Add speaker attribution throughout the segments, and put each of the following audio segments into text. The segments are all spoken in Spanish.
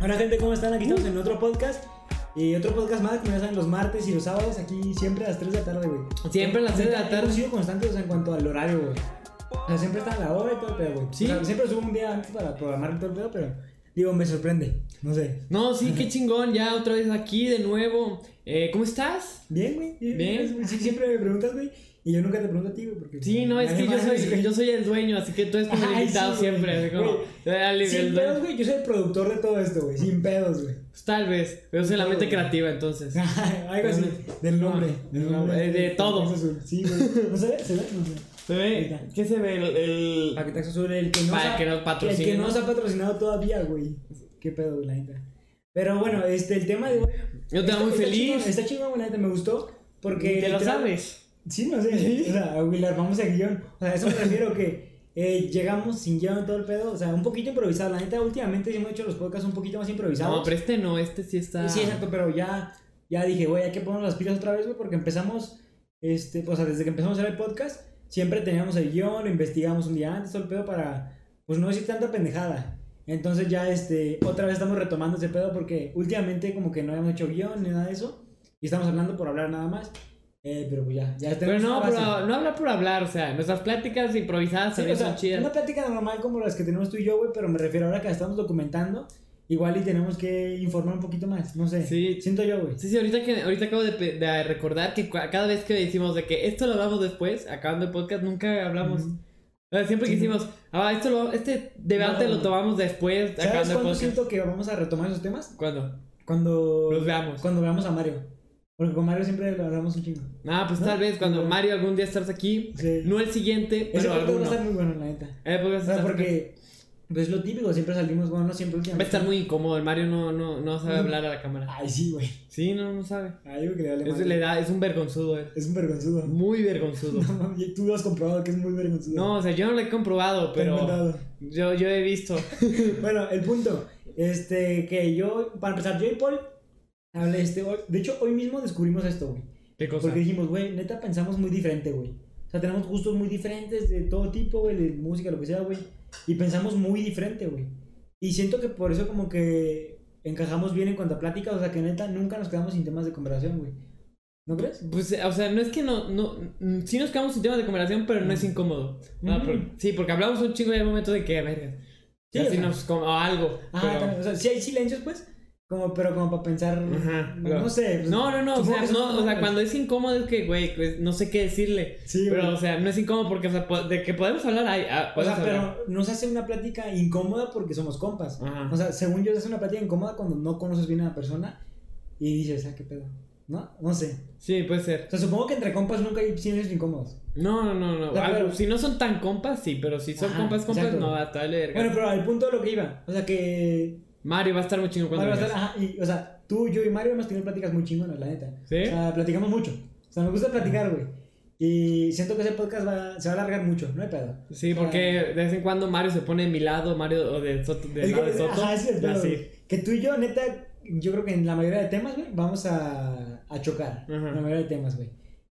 Speaker 1: Hola gente, ¿cómo están? Aquí
Speaker 2: Uh.
Speaker 1: estamos en otro podcast. Y otro podcast más, como ya saben, los martes y los sábados, aquí siempre a las 3 de la tarde, güey.
Speaker 2: Siempre a las 3 de la
Speaker 1: Hemos
Speaker 2: tarde.
Speaker 1: sido constantes o sea, en cuanto al horario, güey. O sea, siempre está la hora y todo el pedo, güey.
Speaker 2: Sí.
Speaker 1: O sea, siempre subo un día antes para programar y todo el pedo, pero digo, me sorprende. No sé.
Speaker 2: No, sí, qué chingón, ya otra vez aquí de nuevo. Eh, ¿Cómo estás?
Speaker 1: Bien, güey.
Speaker 2: Bien.
Speaker 1: Sí, siempre me preguntas, güey. Y yo nunca te pregunto a ti, güey. Porque
Speaker 2: Sí, no, es
Speaker 1: Nadie
Speaker 2: que yo
Speaker 1: más,
Speaker 2: soy,
Speaker 1: güey.
Speaker 2: yo soy el dueño, así que tú eres como el
Speaker 1: Ay,
Speaker 2: invitado
Speaker 1: sí,
Speaker 2: siempre.
Speaker 1: güey.
Speaker 2: Así como,
Speaker 1: Güey,
Speaker 2: dale, el
Speaker 1: Sin
Speaker 2: dueño.
Speaker 1: pedos, güey. Yo soy el productor de todo esto, güey. Sin pedos, güey.
Speaker 2: Pues, tal vez, pero soy la mente creativa entonces.
Speaker 1: Ah, Algo así. Del nombre.
Speaker 2: Del nombre, eh, de todo.
Speaker 1: Paquetaxo Azul. Sí, güey. ¿No se ve? ¿Se ve? No se ve.
Speaker 2: ¿Se ve? ¿Qué se ve? El, el-
Speaker 1: Paquetaxo Azul, el que no
Speaker 2: Para
Speaker 1: se ha-
Speaker 2: que nos patrocine,
Speaker 1: El que no
Speaker 2: ¿no?
Speaker 1: nos ha patrocinado todavía, güey. Qué pedo, güey, la neta. Pero bueno, este, el tema de hoy.
Speaker 2: Yo te
Speaker 1: Está-
Speaker 2: amo muy
Speaker 1: está chingón,
Speaker 2: feliz.
Speaker 1: Está chingón, güey, la neta. Me gustó. Porque.
Speaker 2: Te lo
Speaker 1: literal-
Speaker 2: sabes.
Speaker 1: Sí, no sé. O sea, güey, la armamos a guión. O sea, a eso me refiero que. eh, llegamos sin guión todo el pedo, o sea, un poquito improvisado. La neta, últimamente sí hemos hecho los podcasts un poquito más improvisados.
Speaker 2: No, pero este no, este sí está.
Speaker 1: Sí, exacto, pero ya, ya dije, güey, hay que poner las pilas otra vez, güey, porque empezamos, este, o sea, desde que empezamos a hacer el podcast, siempre teníamos el guión, lo investigamos un día antes, todo el pedo para, pues no decir tanta pendejada. Entonces ya, este, otra vez estamos retomando ese pedo porque últimamente como que no habíamos hecho guión ni nada de eso, y estamos hablando por hablar nada más, eh, pero pues ya, ya
Speaker 2: Pero
Speaker 1: tenemos
Speaker 2: no,
Speaker 1: una
Speaker 2: pero
Speaker 1: base.
Speaker 2: no hablar por hablar, o sea, nuestras pláticas improvisadas
Speaker 1: Sí,
Speaker 2: también
Speaker 1: o sea,
Speaker 2: son chidas.
Speaker 1: una plática normal como las que tenemos tú y yo, güey, pero me refiero ahora que la estamos documentando, igual y tenemos que informar un poquito más, no sé,
Speaker 2: Sí.
Speaker 1: siento yo, güey.
Speaker 2: Sí, sí, ahorita, que, ahorita acabo de, pe- de recordar que cua- cada vez que decimos de que esto lo hablamos después, acabando el podcast, nunca hablamos.
Speaker 1: Ujú.
Speaker 2: O sea, siempre que
Speaker 1: Sí.
Speaker 2: hicimos, ah, esto lo, este debate
Speaker 1: No.
Speaker 2: lo tomamos después,
Speaker 1: ¿Sabes
Speaker 2: acabando el
Speaker 1: cuándo
Speaker 2: podcast.
Speaker 1: siento que vamos a retomar esos temas?
Speaker 2: ¿Cuándo?
Speaker 1: Cuando,
Speaker 2: Los veamos.
Speaker 1: cuando veamos a Mario. Porque con Mario siempre lo hablamos un chingo.
Speaker 2: Ah, pues
Speaker 1: ¿No?
Speaker 2: tal vez cuando
Speaker 1: Sí.
Speaker 2: Mario algún día estás aquí,
Speaker 1: Sí.
Speaker 2: no el siguiente,
Speaker 1: Ese
Speaker 2: pero
Speaker 1: podcast va a Ah,
Speaker 2: alguno.
Speaker 1: estar muy bueno, la neta.
Speaker 2: Eh,
Speaker 1: O
Speaker 2: podcast
Speaker 1: sea,
Speaker 2: está-
Speaker 1: porque pues, es lo típico, siempre salimos, bueno, no siempre
Speaker 2: Va a
Speaker 1: últimamente.
Speaker 2: estar muy incómodo, el Mario no, no, no sabe
Speaker 1: No.
Speaker 2: hablar a la cámara.
Speaker 1: Ay, sí, güey.
Speaker 2: Sí, no, no sabe.
Speaker 1: Ay, güey, que le vale
Speaker 2: Eso
Speaker 1: madre.
Speaker 2: le da, es un vergonzudo, él.
Speaker 1: Es un vergonzudo.
Speaker 2: Muy vergonzudo.
Speaker 1: No, mami, Tú lo has comprobado que es muy vergonzudo.
Speaker 2: No, o sea, yo no lo he comprobado,
Speaker 1: Te han
Speaker 2: pero
Speaker 1: mandado.
Speaker 2: yo, yo he visto.
Speaker 1: Bueno, el punto. Este, que yo, para empezar, yo y Paul, hablé este. hoy- De hecho, hoy mismo descubrimos esto, güey.
Speaker 2: ¿Qué cosa?
Speaker 1: Porque dijimos, güey, neta pensamos muy diferente, güey. O sea, tenemos gustos muy diferentes de todo tipo, güey, de música, lo que sea, güey. Y pensamos muy diferente, güey. Y siento que por eso como que encajamos bien en cuanto a plática, o sea, que neta nunca nos quedamos sin temas de conversación, güey. ¿No crees?
Speaker 2: Pues, o sea, no es que no, no, mm, sí nos quedamos sin temas de conversación, pero no es incómodo. No,
Speaker 1: Ujú.
Speaker 2: por- sí, porque hablamos un chingo y hay momentos de que, verga,
Speaker 1: Sí,
Speaker 2: así
Speaker 1: o sea.
Speaker 2: nos, pues, como, o algo.
Speaker 1: Ah,
Speaker 2: pero-
Speaker 1: también, o sea, sí hay silencios, pues, como, pero como para pensar,
Speaker 2: Ajá,
Speaker 1: no,
Speaker 2: claro.
Speaker 1: no sé. pues,
Speaker 2: no, no, no, o
Speaker 1: supongo
Speaker 2: sea,
Speaker 1: que son
Speaker 2: no, o sea,
Speaker 1: normales.
Speaker 2: cuando es incómodo es que, güey, pues, no sé qué decirle.
Speaker 1: Sí, güey.
Speaker 2: Pero, o sea, no es incómodo porque, o sea, po- de que podemos hablar, hay, ah,
Speaker 1: O sea,
Speaker 2: podemos hablar.
Speaker 1: pero nos hace una plática incómoda porque somos compas.
Speaker 2: Ajá.
Speaker 1: O sea, según yo, es una plática incómoda cuando no conoces bien a la persona y dices, ah, qué pedo. ¿No? No sé.
Speaker 2: Sí, puede ser.
Speaker 1: O sea, supongo que entre compas nunca hay silencios incómodos.
Speaker 2: No, no, no, no.
Speaker 1: O sea,
Speaker 2: algo-
Speaker 1: pero-
Speaker 2: si no son tan compas, sí, pero si son
Speaker 1: Ajá,
Speaker 2: compas, compas,
Speaker 1: exacto.
Speaker 2: no, hasta vale verga.
Speaker 1: Bueno, pero al punto de lo que iba. O sea, que.
Speaker 2: Mario va a estar muy chingo cuando
Speaker 1: Mario va a
Speaker 2: vengas.
Speaker 1: estar- ajá, y, o sea, tú, yo y Mario hemos tenido pláticas muy chingonas, la neta.
Speaker 2: ¿Sí?
Speaker 1: O sea, platicamos mucho. O sea, me gusta platicar, güey. Y siento que ese podcast va, se va a alargar mucho, no hay pedo.
Speaker 2: Sí, porque de vez en cuando Mario se pone de mi lado, Mario o de Soto, del
Speaker 1: Es
Speaker 2: lado de
Speaker 1: que,
Speaker 2: Soto.
Speaker 1: ajá, ese es el
Speaker 2: y
Speaker 1: pedo,
Speaker 2: así.
Speaker 1: güey. Que tú y yo, neta, yo creo que en la mayoría de temas, güey, vamos a, a chocar.
Speaker 2: Ajá.
Speaker 1: En la mayoría de temas, güey.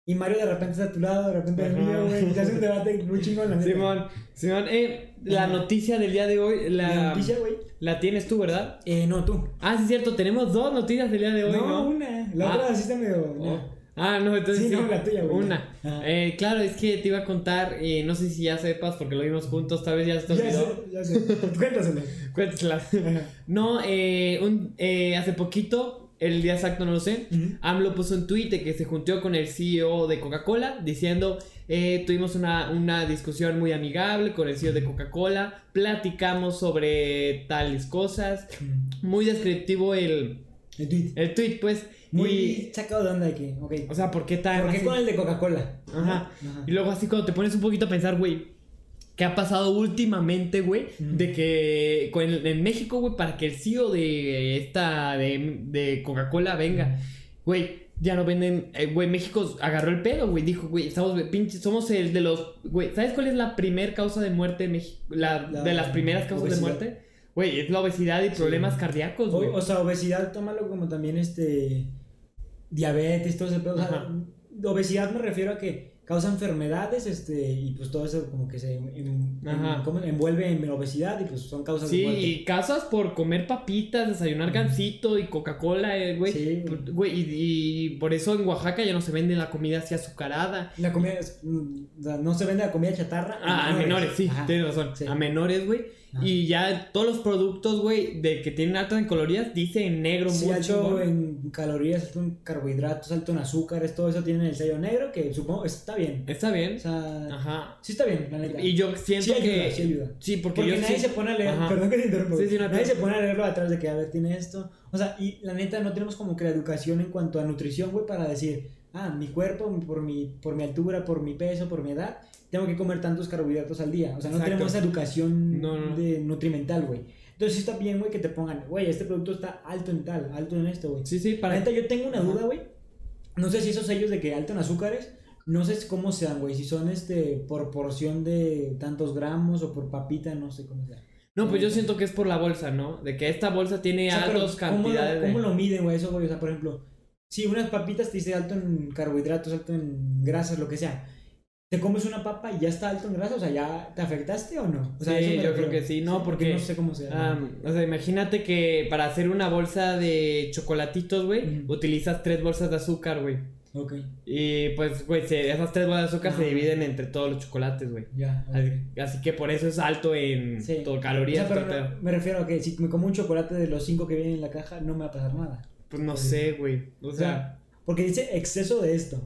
Speaker 1: Y Mario de repente está a tu lado, de repente es
Speaker 2: Ajá.
Speaker 1: mío, güey. Te hace un debate muy chingón, la neta.
Speaker 2: Simón, Simón, eh, la
Speaker 1: Ajá.
Speaker 2: noticia del día de hoy
Speaker 1: ¿Y
Speaker 2: la,
Speaker 1: noticia, güey?
Speaker 2: la tienes tú, ¿verdad?
Speaker 1: Eh, no, tú.
Speaker 2: Ah, sí, es cierto, tenemos dos noticias del día de hoy,
Speaker 1: no,
Speaker 2: ¿no?
Speaker 1: una. La
Speaker 2: Ah.
Speaker 1: otra sí está medio.
Speaker 2: Oh. Ah, no, entonces
Speaker 1: Sí, no, la tuya, güey.
Speaker 2: una.
Speaker 1: Ajá.
Speaker 2: Eh, claro, es que te iba a contar, y no sé si ya sepas porque lo vimos juntos, tal vez ya se te
Speaker 1: Ya
Speaker 2: olvidó.
Speaker 1: sé, ya sé. Cuéntaselo.
Speaker 2: Cuéntasela. No, eh, un, eh, hace poquito, el día exacto no lo sé, AMLO puso un tuit de que se juntó con el CEO de Coca-Cola diciendo, eh, tuvimos una, una discusión muy amigable con el CEO de Coca-Cola, platicamos sobre tales cosas, muy descriptivo el,
Speaker 1: El tweet.
Speaker 2: el tuit, pues,
Speaker 1: Muy
Speaker 2: y,
Speaker 1: sacado de onda de que, ok.
Speaker 2: o sea, ¿por qué tan...
Speaker 1: ¿Por qué
Speaker 2: así?
Speaker 1: con el de Coca-Cola?
Speaker 2: Ajá.
Speaker 1: Ajá.
Speaker 2: Y luego así cuando te pones un poquito a pensar, güey, ¿qué ha pasado últimamente, güey?
Speaker 1: Mm.
Speaker 2: De que con el- en México, güey, para que el CEO de esta, de, de Coca-Cola venga, güey. Ya no venden, eh, güey, México agarró el pedo, güey, dijo, güey, estamos, güey, pinche, somos el de los, güey, ¿sabes cuál es la primer causa de muerte de México? La,
Speaker 1: La
Speaker 2: de las primeras causas
Speaker 1: obesidad. Oh,
Speaker 2: de muerte, güey, es la obesidad y problemas cardíacos, güey.
Speaker 1: O, o sea, obesidad, tómalo como también este. Diabetes, todo ese pedo. O sea,
Speaker 2: Ajá.
Speaker 1: obesidad me refiero a que causa enfermedades, este, y pues todo eso como que se en- en-
Speaker 2: Ajá.
Speaker 1: ¿cómo? envuelve en obesidad y pues son causas
Speaker 2: Sí,
Speaker 1: de muerte.
Speaker 2: y casas por comer papitas, desayunar gansito y Coca-Cola, eh, güey.
Speaker 1: Sí, güey.
Speaker 2: Por- güey, y, y por eso en Oaxaca ya no se vende la comida así azucarada.
Speaker 1: La comida, es- mm, la- no se vende la comida chatarra.
Speaker 2: Ah, a menores, sí,
Speaker 1: Ajá.
Speaker 2: tienes razón.
Speaker 1: Sí.
Speaker 2: A menores, güey.
Speaker 1: Ajá.
Speaker 2: Y ya todos los productos, güey, de que tienen altas en calorías, dice en negro
Speaker 1: Sí,
Speaker 2: muy
Speaker 1: alto
Speaker 2: chingón.
Speaker 1: en calorías, alto en carbohidratos, alto en azúcares, todo eso tiene el sello negro que supongo está bien.
Speaker 2: Está
Speaker 1: O
Speaker 2: bien.
Speaker 1: sea,
Speaker 2: Eh, Ajá.
Speaker 1: sí está bien, la neta.
Speaker 2: Y yo siento
Speaker 1: sí ayuda,
Speaker 2: que.
Speaker 1: sí ayuda.
Speaker 2: Sí, porque,
Speaker 1: Porque,
Speaker 2: yo
Speaker 1: nadie
Speaker 2: sí-
Speaker 1: se pone a leer,
Speaker 2: Ajá.
Speaker 1: perdón que te interrumpa,
Speaker 2: Sí,
Speaker 1: güey.
Speaker 2: sí, no,
Speaker 1: nadie
Speaker 2: te-
Speaker 1: se pone a leerlo atrás de que, a ver, tiene esto. O sea, y la neta no tenemos como que la educación en cuanto a nutrición, güey, para decir, ah, mi cuerpo, por mi, por mi altura, por mi peso, por mi edad, tengo que comer tantos carbohidratos al día. O sea, no
Speaker 2: Exacto.
Speaker 1: tenemos esa educación
Speaker 2: No, no, no.
Speaker 1: de nutrimental, güey. Entonces sí está bien, güey, que te pongan, güey, este producto está alto en tal, alto en esto, güey.
Speaker 2: Sí, sí,
Speaker 1: La
Speaker 2: para.
Speaker 1: neta, yo tengo una
Speaker 2: Ajá.
Speaker 1: duda, güey. No sé si esos sellos de que alto en azúcares, no sé cómo sean, güey. Si son este por porción de tantos gramos o por papita, no sé cómo sea.
Speaker 2: No, pues yo siento que es por la bolsa, ¿no? De que esta bolsa tiene
Speaker 1: O sea, pero
Speaker 2: altas
Speaker 1: ¿cómo,
Speaker 2: cantidades
Speaker 1: lo,
Speaker 2: de.
Speaker 1: ¿Cómo lo miden, güey? Eso, güey. O sea, por ejemplo, si unas papitas te dice alto en carbohidratos, alto en grasas, lo que sea. Te comes una papa y ya está alto en grasa, o sea, ¿ya te afectaste o no? O sea,
Speaker 2: Sí,
Speaker 1: eso me
Speaker 2: yo
Speaker 1: refiero.
Speaker 2: creo que sí, no, porque,
Speaker 1: no sé cómo sea.
Speaker 2: Ah, o sea, imagínate que para hacer una bolsa de chocolatitos, güey,
Speaker 1: Ujú.
Speaker 2: utilizas tres bolsas de azúcar, güey.
Speaker 1: ok,
Speaker 2: Y pues, güey, se- esas tres bolsas de azúcar se
Speaker 1: Ah.
Speaker 2: dividen entre todos los chocolates, güey.
Speaker 1: ya. ok.
Speaker 2: Así, así que por eso es alto en
Speaker 1: Sí.
Speaker 2: todo,
Speaker 1: O sea,
Speaker 2: calorías.
Speaker 1: pero
Speaker 2: todo el
Speaker 1: no-
Speaker 2: pedo.
Speaker 1: me refiero a que si me como un chocolate de los cinco que vienen en la caja, no me va a pasar nada.
Speaker 2: Pues no
Speaker 1: Sí.
Speaker 2: sé, güey. O
Speaker 1: O
Speaker 2: sea,
Speaker 1: sea, porque dice exceso de esto.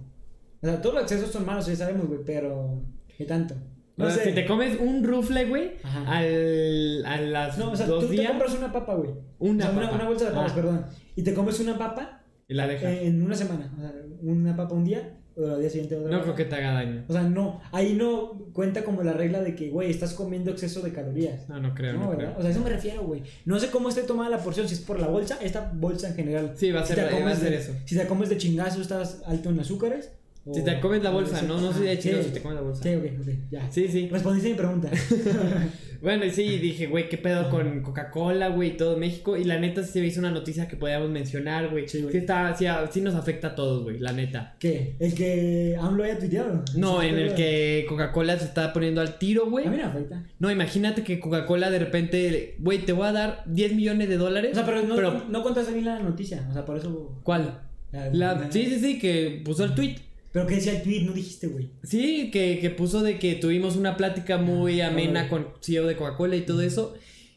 Speaker 1: O sea, todos los excesos son malos, ya sabemos, güey, pero ¿qué tanto? No
Speaker 2: o sea,
Speaker 1: sé.
Speaker 2: si te comes un rufle, güey,
Speaker 1: Ajá.
Speaker 2: al, a las
Speaker 1: No, o sea,
Speaker 2: dos
Speaker 1: tú te
Speaker 2: días,
Speaker 1: compras una papa, güey.
Speaker 2: una,
Speaker 1: O sea,
Speaker 2: papa.
Speaker 1: bolsa de papas,
Speaker 2: Ah,
Speaker 1: perdón. Y te comes una papa
Speaker 2: Y la dejas.
Speaker 1: eh, en una semana. O sea, una papa un día, o al día siguiente otra.
Speaker 2: no
Speaker 1: papa.
Speaker 2: creo que te haga daño.
Speaker 1: O sea, no, ahí no cuenta como la regla de que, güey, estás comiendo exceso de calorías.
Speaker 2: No, no creo,
Speaker 1: No,
Speaker 2: no,
Speaker 1: ¿verdad?
Speaker 2: creo.
Speaker 1: O sea, a eso me refiero, güey. No sé cómo esté tomada la porción, si es por la bolsa, esta bolsa en general.
Speaker 2: Sí, va a
Speaker 1: Si
Speaker 2: ser,
Speaker 1: te
Speaker 2: va a
Speaker 1: comes
Speaker 2: ser
Speaker 1: de-
Speaker 2: eso.
Speaker 1: Si te comes de chingazo, estás alto en azúcares. o-
Speaker 2: Si te comes la
Speaker 1: o
Speaker 2: bolsa,
Speaker 1: eso.
Speaker 2: ¿no? No sé de
Speaker 1: Ah,
Speaker 2: chido
Speaker 1: sí.
Speaker 2: si te comes la bolsa.
Speaker 1: Sí, ok, ok, ya.
Speaker 2: Sí, sí.
Speaker 1: Respondiste a mi pregunta.
Speaker 2: Bueno, y sí, dije, güey, qué pedo con Coca-Cola, güey, y todo México. Y la neta sí se hizo una noticia que podíamos mencionar, güey.
Speaker 1: Sí,
Speaker 2: Sí,
Speaker 1: güey.
Speaker 2: está, sí, a- sí nos afecta a todos, güey, la neta.
Speaker 1: ¿Qué? ¿El que AMLO haya tuiteado?
Speaker 2: No,
Speaker 1: Sí,
Speaker 2: en
Speaker 1: pero-
Speaker 2: el que Coca-Cola se está poniendo al tiro, güey.
Speaker 1: A mí no me afecta.
Speaker 2: No, imagínate que Coca-Cola de repente, güey, te voy a dar 10 millones de dólares.
Speaker 1: O sea, pero no,
Speaker 2: Pero-
Speaker 1: no contaste bien la noticia. O sea, por eso.
Speaker 2: ¿Cuál?
Speaker 1: la-
Speaker 2: La,
Speaker 1: la-
Speaker 2: sí, sí, sí, que puso el tweet.
Speaker 1: Pero que decía el tweet, no dijiste, güey.
Speaker 2: Sí, que, que puso de que tuvimos una plática muy
Speaker 1: Ah, órale.
Speaker 2: amena con CEO de Coca-Cola y todo eso.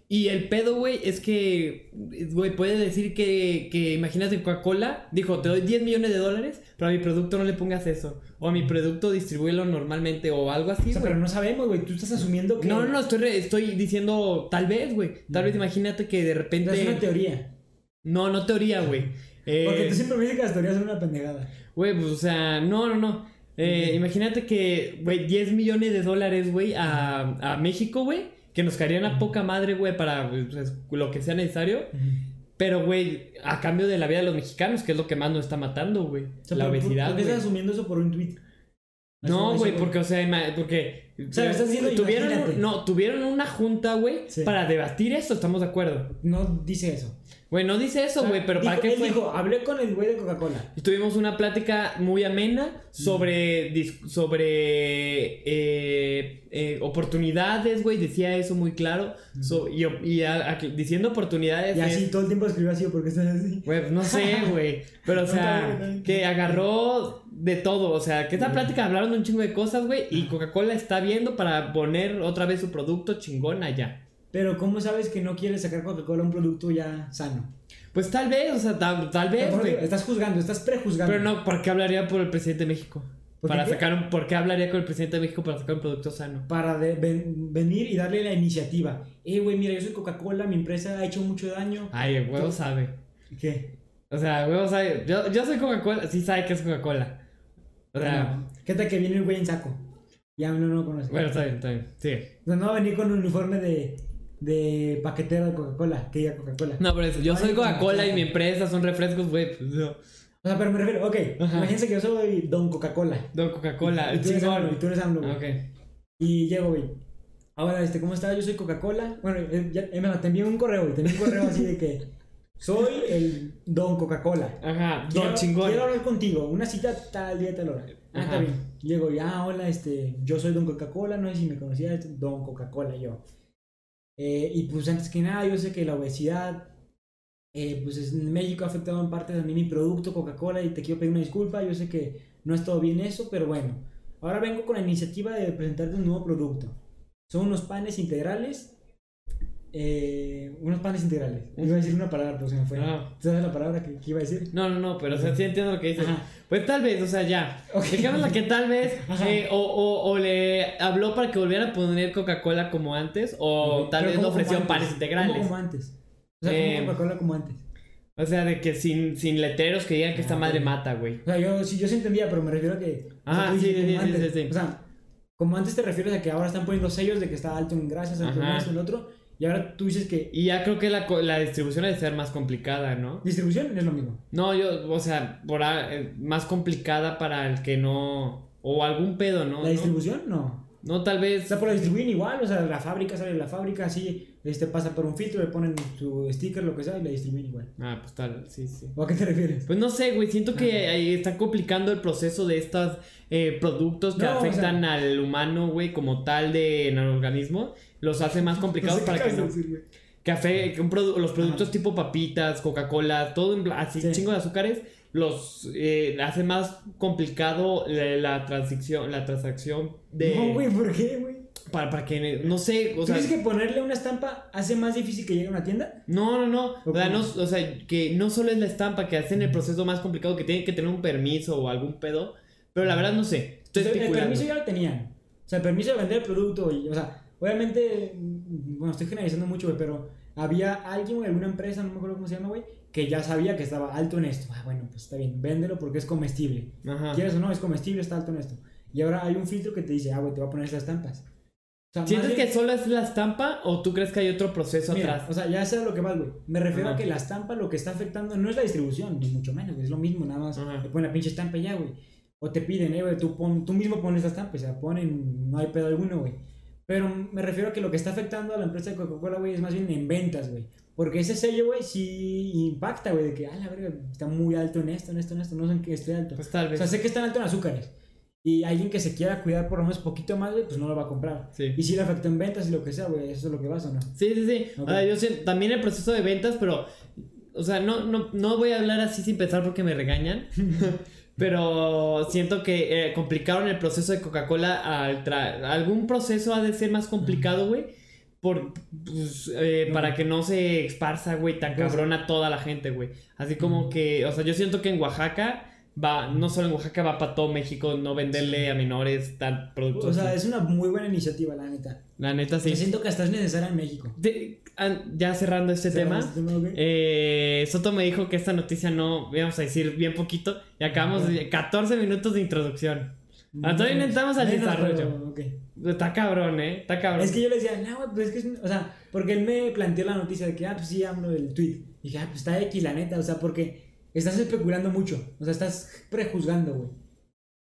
Speaker 2: Y el pedo, güey, es que, güey, puede decir que, que imagínate Coca-Cola, dijo, te doy 10 millones de dólares, pero a mi producto no le pongas eso. O a mi producto distribúyelo normalmente o algo
Speaker 1: O
Speaker 2: así,
Speaker 1: sea,
Speaker 2: güey.
Speaker 1: pero no sabemos, güey. Tú estás asumiendo que.
Speaker 2: No, no, no, estoy, re- estoy diciendo tal vez, güey. Tal vez imagínate que de
Speaker 1: O sea, Es una
Speaker 2: repente...
Speaker 1: teoría.
Speaker 2: No, no teoría, güey. Eh,
Speaker 1: Porque tú siempre me dices que las teorías son una pendejada.
Speaker 2: Güey, pues, o sea, no, no, no. Eh,
Speaker 1: Ujú.
Speaker 2: Imagínate que, güey, 10 millones de dólares, güey, a, a México, güey, que nos caerían a poca madre, güey, para pues, lo que sea necesario. Pero, güey, a cambio de la vida de los mexicanos, que es lo que más nos está matando, güey.
Speaker 1: O sea,
Speaker 2: la
Speaker 1: pero ¿por-
Speaker 2: obesidad,
Speaker 1: ¿Por qué
Speaker 2: güey.
Speaker 1: estás asumiendo eso por un tweet?
Speaker 2: No,
Speaker 1: Eso-
Speaker 2: güey,
Speaker 1: eso-
Speaker 2: porque, o sea, ima- porque...
Speaker 1: O sea, estás diciendo, imagínate.
Speaker 2: tuvieron, no, tuvieron una junta, güey,
Speaker 1: Sí.
Speaker 2: para debatir esto, estamos de acuerdo.
Speaker 1: No dice eso.
Speaker 2: Güey, no dice eso,
Speaker 1: O sea,
Speaker 2: güey, pero ¿para
Speaker 1: dijo-
Speaker 2: qué
Speaker 1: él
Speaker 2: fue?
Speaker 1: dijo, hablé con el güey de Coca-Cola.
Speaker 2: Y tuvimos una plática muy amena sobre, dis- sobre eh, eh, oportunidades, güey. Decía eso muy claro. So- y op- y a- a- diciendo oportunidades.
Speaker 1: Y
Speaker 2: es-
Speaker 1: así todo el tiempo escribió así, porque estás así.
Speaker 2: Güey, no sé, güey. Pero, o
Speaker 1: No,
Speaker 2: sea,
Speaker 1: está bien, está bien.
Speaker 2: que agarró de todo. O sea, que esta plática hablaron de un chingo de cosas, güey. Y Coca-Cola está viendo para poner otra vez su producto chingón allá.
Speaker 1: Pero ¿cómo sabes que no quieres sacar Coca-Cola un producto ya sano?
Speaker 2: Pues tal vez, o sea, tal, tal vez,
Speaker 1: Tampoco
Speaker 2: güey.
Speaker 1: digo, Estás juzgando, estás prejuzgando.
Speaker 2: Pero no, ¿por qué hablaría por el presidente de México?
Speaker 1: ¿Por
Speaker 2: Para
Speaker 1: qué?
Speaker 2: sacar un, ¿Por qué hablaría con el presidente de México para sacar un producto sano?
Speaker 1: Para de- ven- venir y darle la iniciativa. Eh, güey, mira, yo soy Coca-Cola, mi empresa ha hecho mucho daño.
Speaker 2: Ay, el huevo sabe.
Speaker 1: ¿Qué?
Speaker 2: O sea, el huevo sabe. Yo, yo soy Coca-Cola, sí sabe que es Coca-Cola. O sea,
Speaker 1: No. ¿Qué tal que viene el güey en saco? Ya no, no lo conoce.
Speaker 2: bueno, está bien, está bien. Sí.
Speaker 1: No, no va a venir con un uniforme de, de paquetero de Coca-Cola, que diga Coca-Cola.
Speaker 2: No, pero eso, yo soy
Speaker 1: Ay,
Speaker 2: Coca-Cola y
Speaker 1: Coca-Cola.
Speaker 2: mi empresa son refrescos, güey. pues, no.
Speaker 1: O sea, pero me refiero, ok,
Speaker 2: Ajá.
Speaker 1: imagínense que yo soy Don Coca-Cola.
Speaker 2: Don Coca-Cola,
Speaker 1: Y
Speaker 2: el
Speaker 1: tú eres AMLO, y
Speaker 2: chingón. Ah,
Speaker 1: tú eres AMLO, güey.
Speaker 2: Ok.
Speaker 1: Y llego, güey. Ahora, este, ¿cómo estás? Yo soy Coca-Cola. Bueno, eh, ya, eh, me- te envié un correo, güey. Te envié un correo así de que soy el don Coca-Cola.
Speaker 2: Ajá,
Speaker 1: Quiero-
Speaker 2: don chingón.
Speaker 1: Quiero hablar contigo. Una cita tal día, tal hora. Ah,
Speaker 2: Ajá.
Speaker 1: está bien. Llego ya, hola, este, yo soy Don Coca-Cola, no sé si me conocía, este, Don Coca-Cola yo. Eh, y pues antes que nada, yo sé que la obesidad, eh, pues es- en México ha afectado en parte también mi producto Coca-Cola y te quiero pedir una disculpa, yo sé que no ha estado bien eso, pero bueno, ahora vengo con la iniciativa de presentarte un nuevo producto. Son unos panes integrales, eh, unos panes integrales. Iba a decir una palabra, pero se me fue.
Speaker 2: Ah.
Speaker 1: ¿Tú sabes la palabra que, que iba a decir?
Speaker 2: No, no, no, pero o sea, sí entiendo lo que dices.
Speaker 1: Ajá.
Speaker 2: Pues tal vez, o sea, ya.
Speaker 1: Ok.
Speaker 2: Dejémosla que tal vez.
Speaker 1: Ajá.
Speaker 2: eh, o, o- o le habló para que volviera a poner Coca-Cola como antes. O
Speaker 1: Ok,
Speaker 2: tal
Speaker 1: pero
Speaker 2: vez le
Speaker 1: ¿cómo como
Speaker 2: ofreció
Speaker 1: antes?
Speaker 2: panes integrales.
Speaker 1: ¿Cómo como antes? O sea,
Speaker 2: Eh,
Speaker 1: ¿cómo Coca-Cola como antes?
Speaker 2: O sea, de que sin, sin letreros que digan que esta
Speaker 1: Ah,
Speaker 2: madre
Speaker 1: ok.
Speaker 2: mata, güey.
Speaker 1: O sea, yo sí, yo sí entendía, pero me refiero a que. o sea,
Speaker 2: Ah,
Speaker 1: tú
Speaker 2: sí,
Speaker 1: dices
Speaker 2: sí,
Speaker 1: como
Speaker 2: sí, sí,
Speaker 1: antes.
Speaker 2: sí, sí.
Speaker 1: O sea, como antes te refieres a que ahora están poniendo sellos de que está alto en grasas, alto en
Speaker 2: Ajá.
Speaker 1: esto, el otro. Y ahora tú dices que
Speaker 2: Y ya creo que la, co- la distribución ha de ser más complicada, ¿no?
Speaker 1: distribución es lo mismo.
Speaker 2: No, yo, o sea, por, a- eh, más complicada para el que no. O algún pedo, ¿no?
Speaker 1: La
Speaker 2: ¿no?
Speaker 1: distribución no.
Speaker 2: No, tal
Speaker 1: O
Speaker 2: vez.
Speaker 1: sea, pero la distribuyen igual, o sea, la fábrica sale de la fábrica, así, este pasa por un filtro, le ponen su sticker, lo que sea, y la distribuyen igual.
Speaker 2: Ah, pues tal, sí, sí.
Speaker 1: ¿O a qué te refieres?
Speaker 2: Pues no sé, güey, siento que ahí está complicando el proceso de estos productos que
Speaker 1: No, o
Speaker 2: afectan al humano, güey, como tal de en el organismo. Los hace más complicados
Speaker 1: No sé qué
Speaker 2: para que
Speaker 1: acabas de
Speaker 2: no.
Speaker 1: decir, güey.
Speaker 2: Que afecte- que un produ- los productos tipo papitas, Coca-Cola, todo en bla- así,
Speaker 1: Sí.
Speaker 2: chingo de azúcares, los eh, hace más complicado la, la transición, la transacción de.
Speaker 1: No, güey, ¿por qué, güey?
Speaker 2: para, para que. No sé, o
Speaker 1: ¿Tú
Speaker 2: sea.
Speaker 1: crees que ponerle una estampa hace más difícil que llegue a una tienda?
Speaker 2: No, no, no. O
Speaker 1: ¿O
Speaker 2: sea,
Speaker 1: cómo?
Speaker 2: no. o sea, que no solo es la estampa que hacen el proceso más complicado, que tienen que tener un permiso o algún pedo. Pero la verdad no sé. Estoy
Speaker 1: O sea, el
Speaker 2: especulando.
Speaker 1: permiso ya lo tenían. O sea, el permiso de vender el producto, y, o sea, obviamente, mm, bueno, estoy generalizando mucho, güey, pero había alguien, güey, alguna empresa, no me acuerdo cómo se llama, güey, que ya sabía que estaba alto en esto. Ah, bueno, pues está bien, véndelo porque es comestible.
Speaker 2: Ajá.
Speaker 1: Quieres o no, es comestible, está alto en esto. Y ahora hay un filtro que te dice, ah, güey, te voy a poner estas estampas. O sea, más
Speaker 2: ¿Sientes
Speaker 1: bien-
Speaker 2: que solo es la estampa o tú crees que hay otro proceso
Speaker 1: Mira,
Speaker 2: atrás?
Speaker 1: o sea, ya sé a lo que vas, güey. Me refiero
Speaker 2: Ajá.
Speaker 1: a que la estampa lo que está afectando no es la distribución, ni mucho menos, güey, es lo mismo, nada más.
Speaker 2: Ajá.
Speaker 1: Te ponen la pinche estampa y ya, güey. O te piden, eh, güey, tú, pon- tú mismo pones la estampa, o sea, ponen, no hay pedo alguno, güey. Pero me refiero a que lo que está afectando a la empresa de Coca-Cola, güey, es más bien en ventas, güey. Porque ese sello, güey, sí impacta, güey, de que, ah, la verga, está muy alto en esto, en esto, en esto, no sé en qué esté alto.
Speaker 2: Pues tal
Speaker 1: O
Speaker 2: vez.
Speaker 1: sea, sé que están alto en azúcares. Y alguien que se quiera cuidar por lo menos poquito más, güey, pues no lo va a comprar.
Speaker 2: sí.
Speaker 1: Y si le afecta en ventas y lo que sea, güey, eso es lo que vas o no.
Speaker 2: Sí, sí, sí. O
Speaker 1: Ok.
Speaker 2: sea, yo sé, también el proceso de ventas, pero. O sea, no, no, no voy a hablar así sin pensar porque me regañan. pero siento que eh, complicaron el proceso de Coca-Cola al tra- Algún proceso ha de ser más complicado, güey. Por, pues, eh,
Speaker 1: No.
Speaker 2: Para que no se esparza, güey, tan
Speaker 1: Pues-
Speaker 2: cabrón a toda la gente, güey. Así como
Speaker 1: Mm.
Speaker 2: que, o sea, yo siento que en Oaxaca va, no solo en Oaxaca, va para todo México no venderle a menores tan productos.
Speaker 1: O sea,
Speaker 2: así.
Speaker 1: es una muy buena iniciativa, la neta.
Speaker 2: La neta, sí.
Speaker 1: Yo siento que hasta es necesaria en México.
Speaker 2: De- an- ya cerrando este tema,
Speaker 1: ¿Sabes? ¿Tema, güey?
Speaker 2: eh, Soto me dijo que esta noticia no, íbamos a decir bien poquito, y acabamos de 14 minutos de introducción. ah, todavía intentamos al
Speaker 1: Menos, pero,
Speaker 2: desarrollo.
Speaker 1: ok.
Speaker 2: Está cabrón, ¿eh? Está cabrón.
Speaker 1: Es que yo le decía, no, güey, pues es que es... un-", O sea, porque él me planteó la noticia de que, ah, pues sí, hablo del tweet. Y dije, ah, pues está X, la neta. O sea, porque estás especulando mucho. O sea, estás prejuzgando, güey.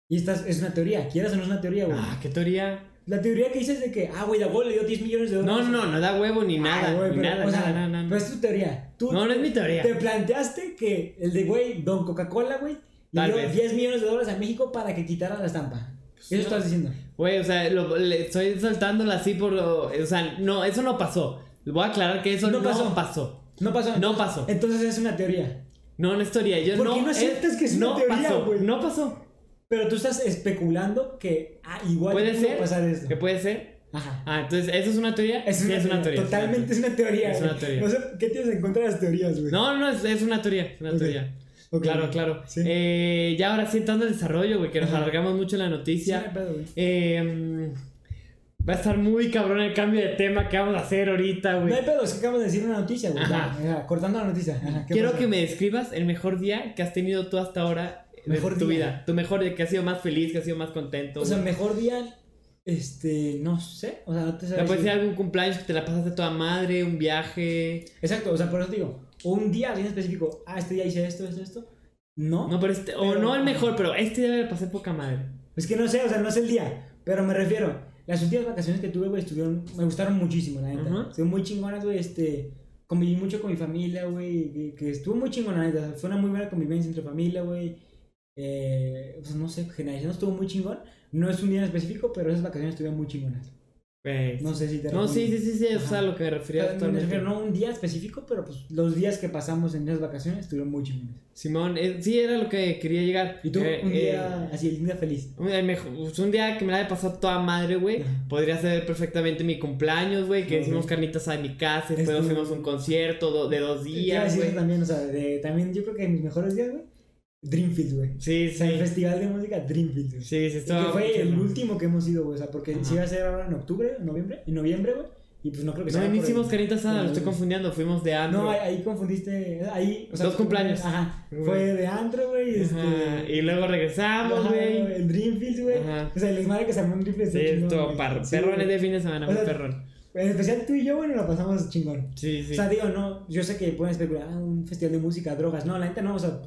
Speaker 1: Y estás, es una teoría, quieras o no es una teoría, güey.
Speaker 2: Ah, qué teoría.
Speaker 1: La teoría que dices de que, ah, güey, Dagol le dio 10 millones de
Speaker 2: No,
Speaker 1: dólares.
Speaker 2: no, no, no da huevo ni
Speaker 1: Ah,
Speaker 2: nada.
Speaker 1: güey,
Speaker 2: ni
Speaker 1: pero,
Speaker 2: nada,
Speaker 1: o sea,
Speaker 2: nada, nada, nada.
Speaker 1: Pero es tu teoría. Tú
Speaker 2: no, no es mi teoría.
Speaker 1: te planteaste que el de, güey, Don Coca-Cola, güey, le
Speaker 2: Tal
Speaker 1: dio
Speaker 2: vez. Pues
Speaker 1: 10 millones de dólares a México para que quitara la estampa. Eso
Speaker 2: no.
Speaker 1: estás diciendo.
Speaker 2: Güey, o sea, lo- le- estoy soltándola así por lo- O sea, no, eso no pasó. Voy a aclarar que eso no,
Speaker 1: No
Speaker 2: pasó.
Speaker 1: pasó. No pasó.
Speaker 2: No pasó.
Speaker 1: Entonces es una teoría.
Speaker 2: No, no es teoría. Yo
Speaker 1: ¿Por
Speaker 2: no.
Speaker 1: qué no
Speaker 2: eh,
Speaker 1: aceptas que es una
Speaker 2: no
Speaker 1: teoría,
Speaker 2: pasó,
Speaker 1: güey?
Speaker 2: No pasó.
Speaker 1: Pero tú estás especulando que, ah, igual
Speaker 2: Puede
Speaker 1: pudo
Speaker 2: ser.
Speaker 1: pasar esto.
Speaker 2: Que puede ser.
Speaker 1: Ajá.
Speaker 2: Ah, entonces, ¿eso es una teoría?
Speaker 1: Es
Speaker 2: Sí,
Speaker 1: una, teoría.
Speaker 2: teoría,
Speaker 1: Totalmente
Speaker 2: es
Speaker 1: es una teoría.
Speaker 2: Es una
Speaker 1: güey.
Speaker 2: teoría.
Speaker 1: No sé qué tienes en contra de las teorías, güey.
Speaker 2: una teoría. No, no, es, es una teoría, es una
Speaker 1: Ok.
Speaker 2: teoría.
Speaker 1: Ok.
Speaker 2: Claro, claro.
Speaker 1: Sí.
Speaker 2: Eh, ya ahora sí entrando al desarrollo, güey, que nos
Speaker 1: Ajá.
Speaker 2: alargamos mucho en la
Speaker 1: Sí, no
Speaker 2: noticia.
Speaker 1: hay pedo, güey.
Speaker 2: Eh, mm, va a estar muy cabrón el cambio de tema que vamos a hacer ahorita,
Speaker 1: No
Speaker 2: güey.
Speaker 1: hay pedo, es que acabas de decir una noticia, güey.
Speaker 2: Ajá.
Speaker 1: Ya, ya, cortando la noticia. Ajá, ¿qué
Speaker 2: Quiero
Speaker 1: pasa?
Speaker 2: que me describas el mejor día que has tenido tú hasta ahora de
Speaker 1: Mejor
Speaker 2: tu
Speaker 1: día.
Speaker 2: vida. Tu mejor día, que has sido más feliz, que has sido más contento.
Speaker 1: O sea,
Speaker 2: güey.
Speaker 1: mejor día, este, no sé. O sea, no te
Speaker 2: O
Speaker 1: sabría
Speaker 2: sea, puede
Speaker 1: decir.
Speaker 2: ser algún cumpleaños que te la pasaste toda madre, un viaje.
Speaker 1: Exacto, o sea, por eso te digo, un día bien específico, ah, este día hice esto, esto, esto. No,
Speaker 2: No, pero este, o
Speaker 1: Pero-
Speaker 2: no el mejor, pero este día me la pasé poca madre.
Speaker 1: es que no sé, o sea, no es el día, pero me refiero, las últimas vacaciones que tuve, güey, estuvieron, me gustaron muchísimo, la neta.
Speaker 2: Ajá.
Speaker 1: Estuvieron muy chingonas, güey, este, conviví mucho con mi familia, güey, que, que estuvo muy chingona, la neta. pues, Fue una muy buena convivencia entre familia, güey. Eh, o sea, no sé, generalización estuvo muy chingón, No es un día en específico, pero esas vacaciones estuvieron muy chingonas.
Speaker 2: Pues,
Speaker 1: No sé si te
Speaker 2: No, sí, sí, sí, sí, es
Speaker 1: Ajá.
Speaker 2: a lo que me refería
Speaker 1: Pero me refiero,
Speaker 2: totalmente.
Speaker 1: no un día específico, pero pues los días que pasamos en esas vacaciones estuvieron muy chingones.
Speaker 2: Simón, eh, sí, era lo que quería llegar.
Speaker 1: Y tú,
Speaker 2: Eh,
Speaker 1: un
Speaker 2: eh,
Speaker 1: día así, el día feliz.
Speaker 2: un, el mejo- pues, un día que me la haya pasado toda madre, güey.
Speaker 1: Ajá.
Speaker 2: Podría ser perfectamente mi cumpleaños, güey, que
Speaker 1: Ujú.
Speaker 2: hicimos carnitas a mi casa,
Speaker 1: Es
Speaker 2: después nos
Speaker 1: tu-
Speaker 2: fuimos a un concierto do- de dos
Speaker 1: Te iba a
Speaker 2: días,
Speaker 1: decir
Speaker 2: güey.
Speaker 1: también, o sea, de- también yo creo que mis mejores días, güey, Dreamfield, güey.
Speaker 2: Sí,
Speaker 1: O sea, el
Speaker 2: sí.
Speaker 1: festival de música Dreamfield, güey.
Speaker 2: Sí, sí,
Speaker 1: Y que
Speaker 2: estaba muy
Speaker 1: fue el
Speaker 2: chido.
Speaker 1: último que hemos ido, güey. O sea, porque
Speaker 2: Ajá.
Speaker 1: si iba a ser ahora en octubre, noviembre, en noviembre, güey. Y pues no creo que
Speaker 2: No,
Speaker 1: sea.
Speaker 2: no
Speaker 1: por
Speaker 2: hicimos
Speaker 1: el-
Speaker 2: carnitas asada,
Speaker 1: por
Speaker 2: lo
Speaker 1: el-
Speaker 2: estoy confundiendo. Fuimos de andro.
Speaker 1: No, ahí, ahí confundiste. Ahí, o sea,
Speaker 2: Dos
Speaker 1: tú-
Speaker 2: cumpleaños.
Speaker 1: Ajá.
Speaker 2: Güey.
Speaker 1: Fue de antro, güey. Este,
Speaker 2: Ajá, Y luego regresamos,
Speaker 1: ajá,
Speaker 2: güey.
Speaker 1: El Dreamfield, güey.
Speaker 2: Ajá.
Speaker 1: O sea, el desmadre que se armó en Dreamfield.
Speaker 2: Sí,
Speaker 1: estuvo chingón,
Speaker 2: estuvo
Speaker 1: güey.
Speaker 2: par-
Speaker 1: Sí,
Speaker 2: perrón
Speaker 1: güey.
Speaker 2: de fin de semana,
Speaker 1: O
Speaker 2: muy
Speaker 1: sea,
Speaker 2: perrón.
Speaker 1: En especial tú y yo, bueno, la pasamos chingón.
Speaker 2: Sí, sí.
Speaker 1: O sea, digo, no, yo sé que pueden especular, ah, un festival de música, drogas. No, la gente no, o sea,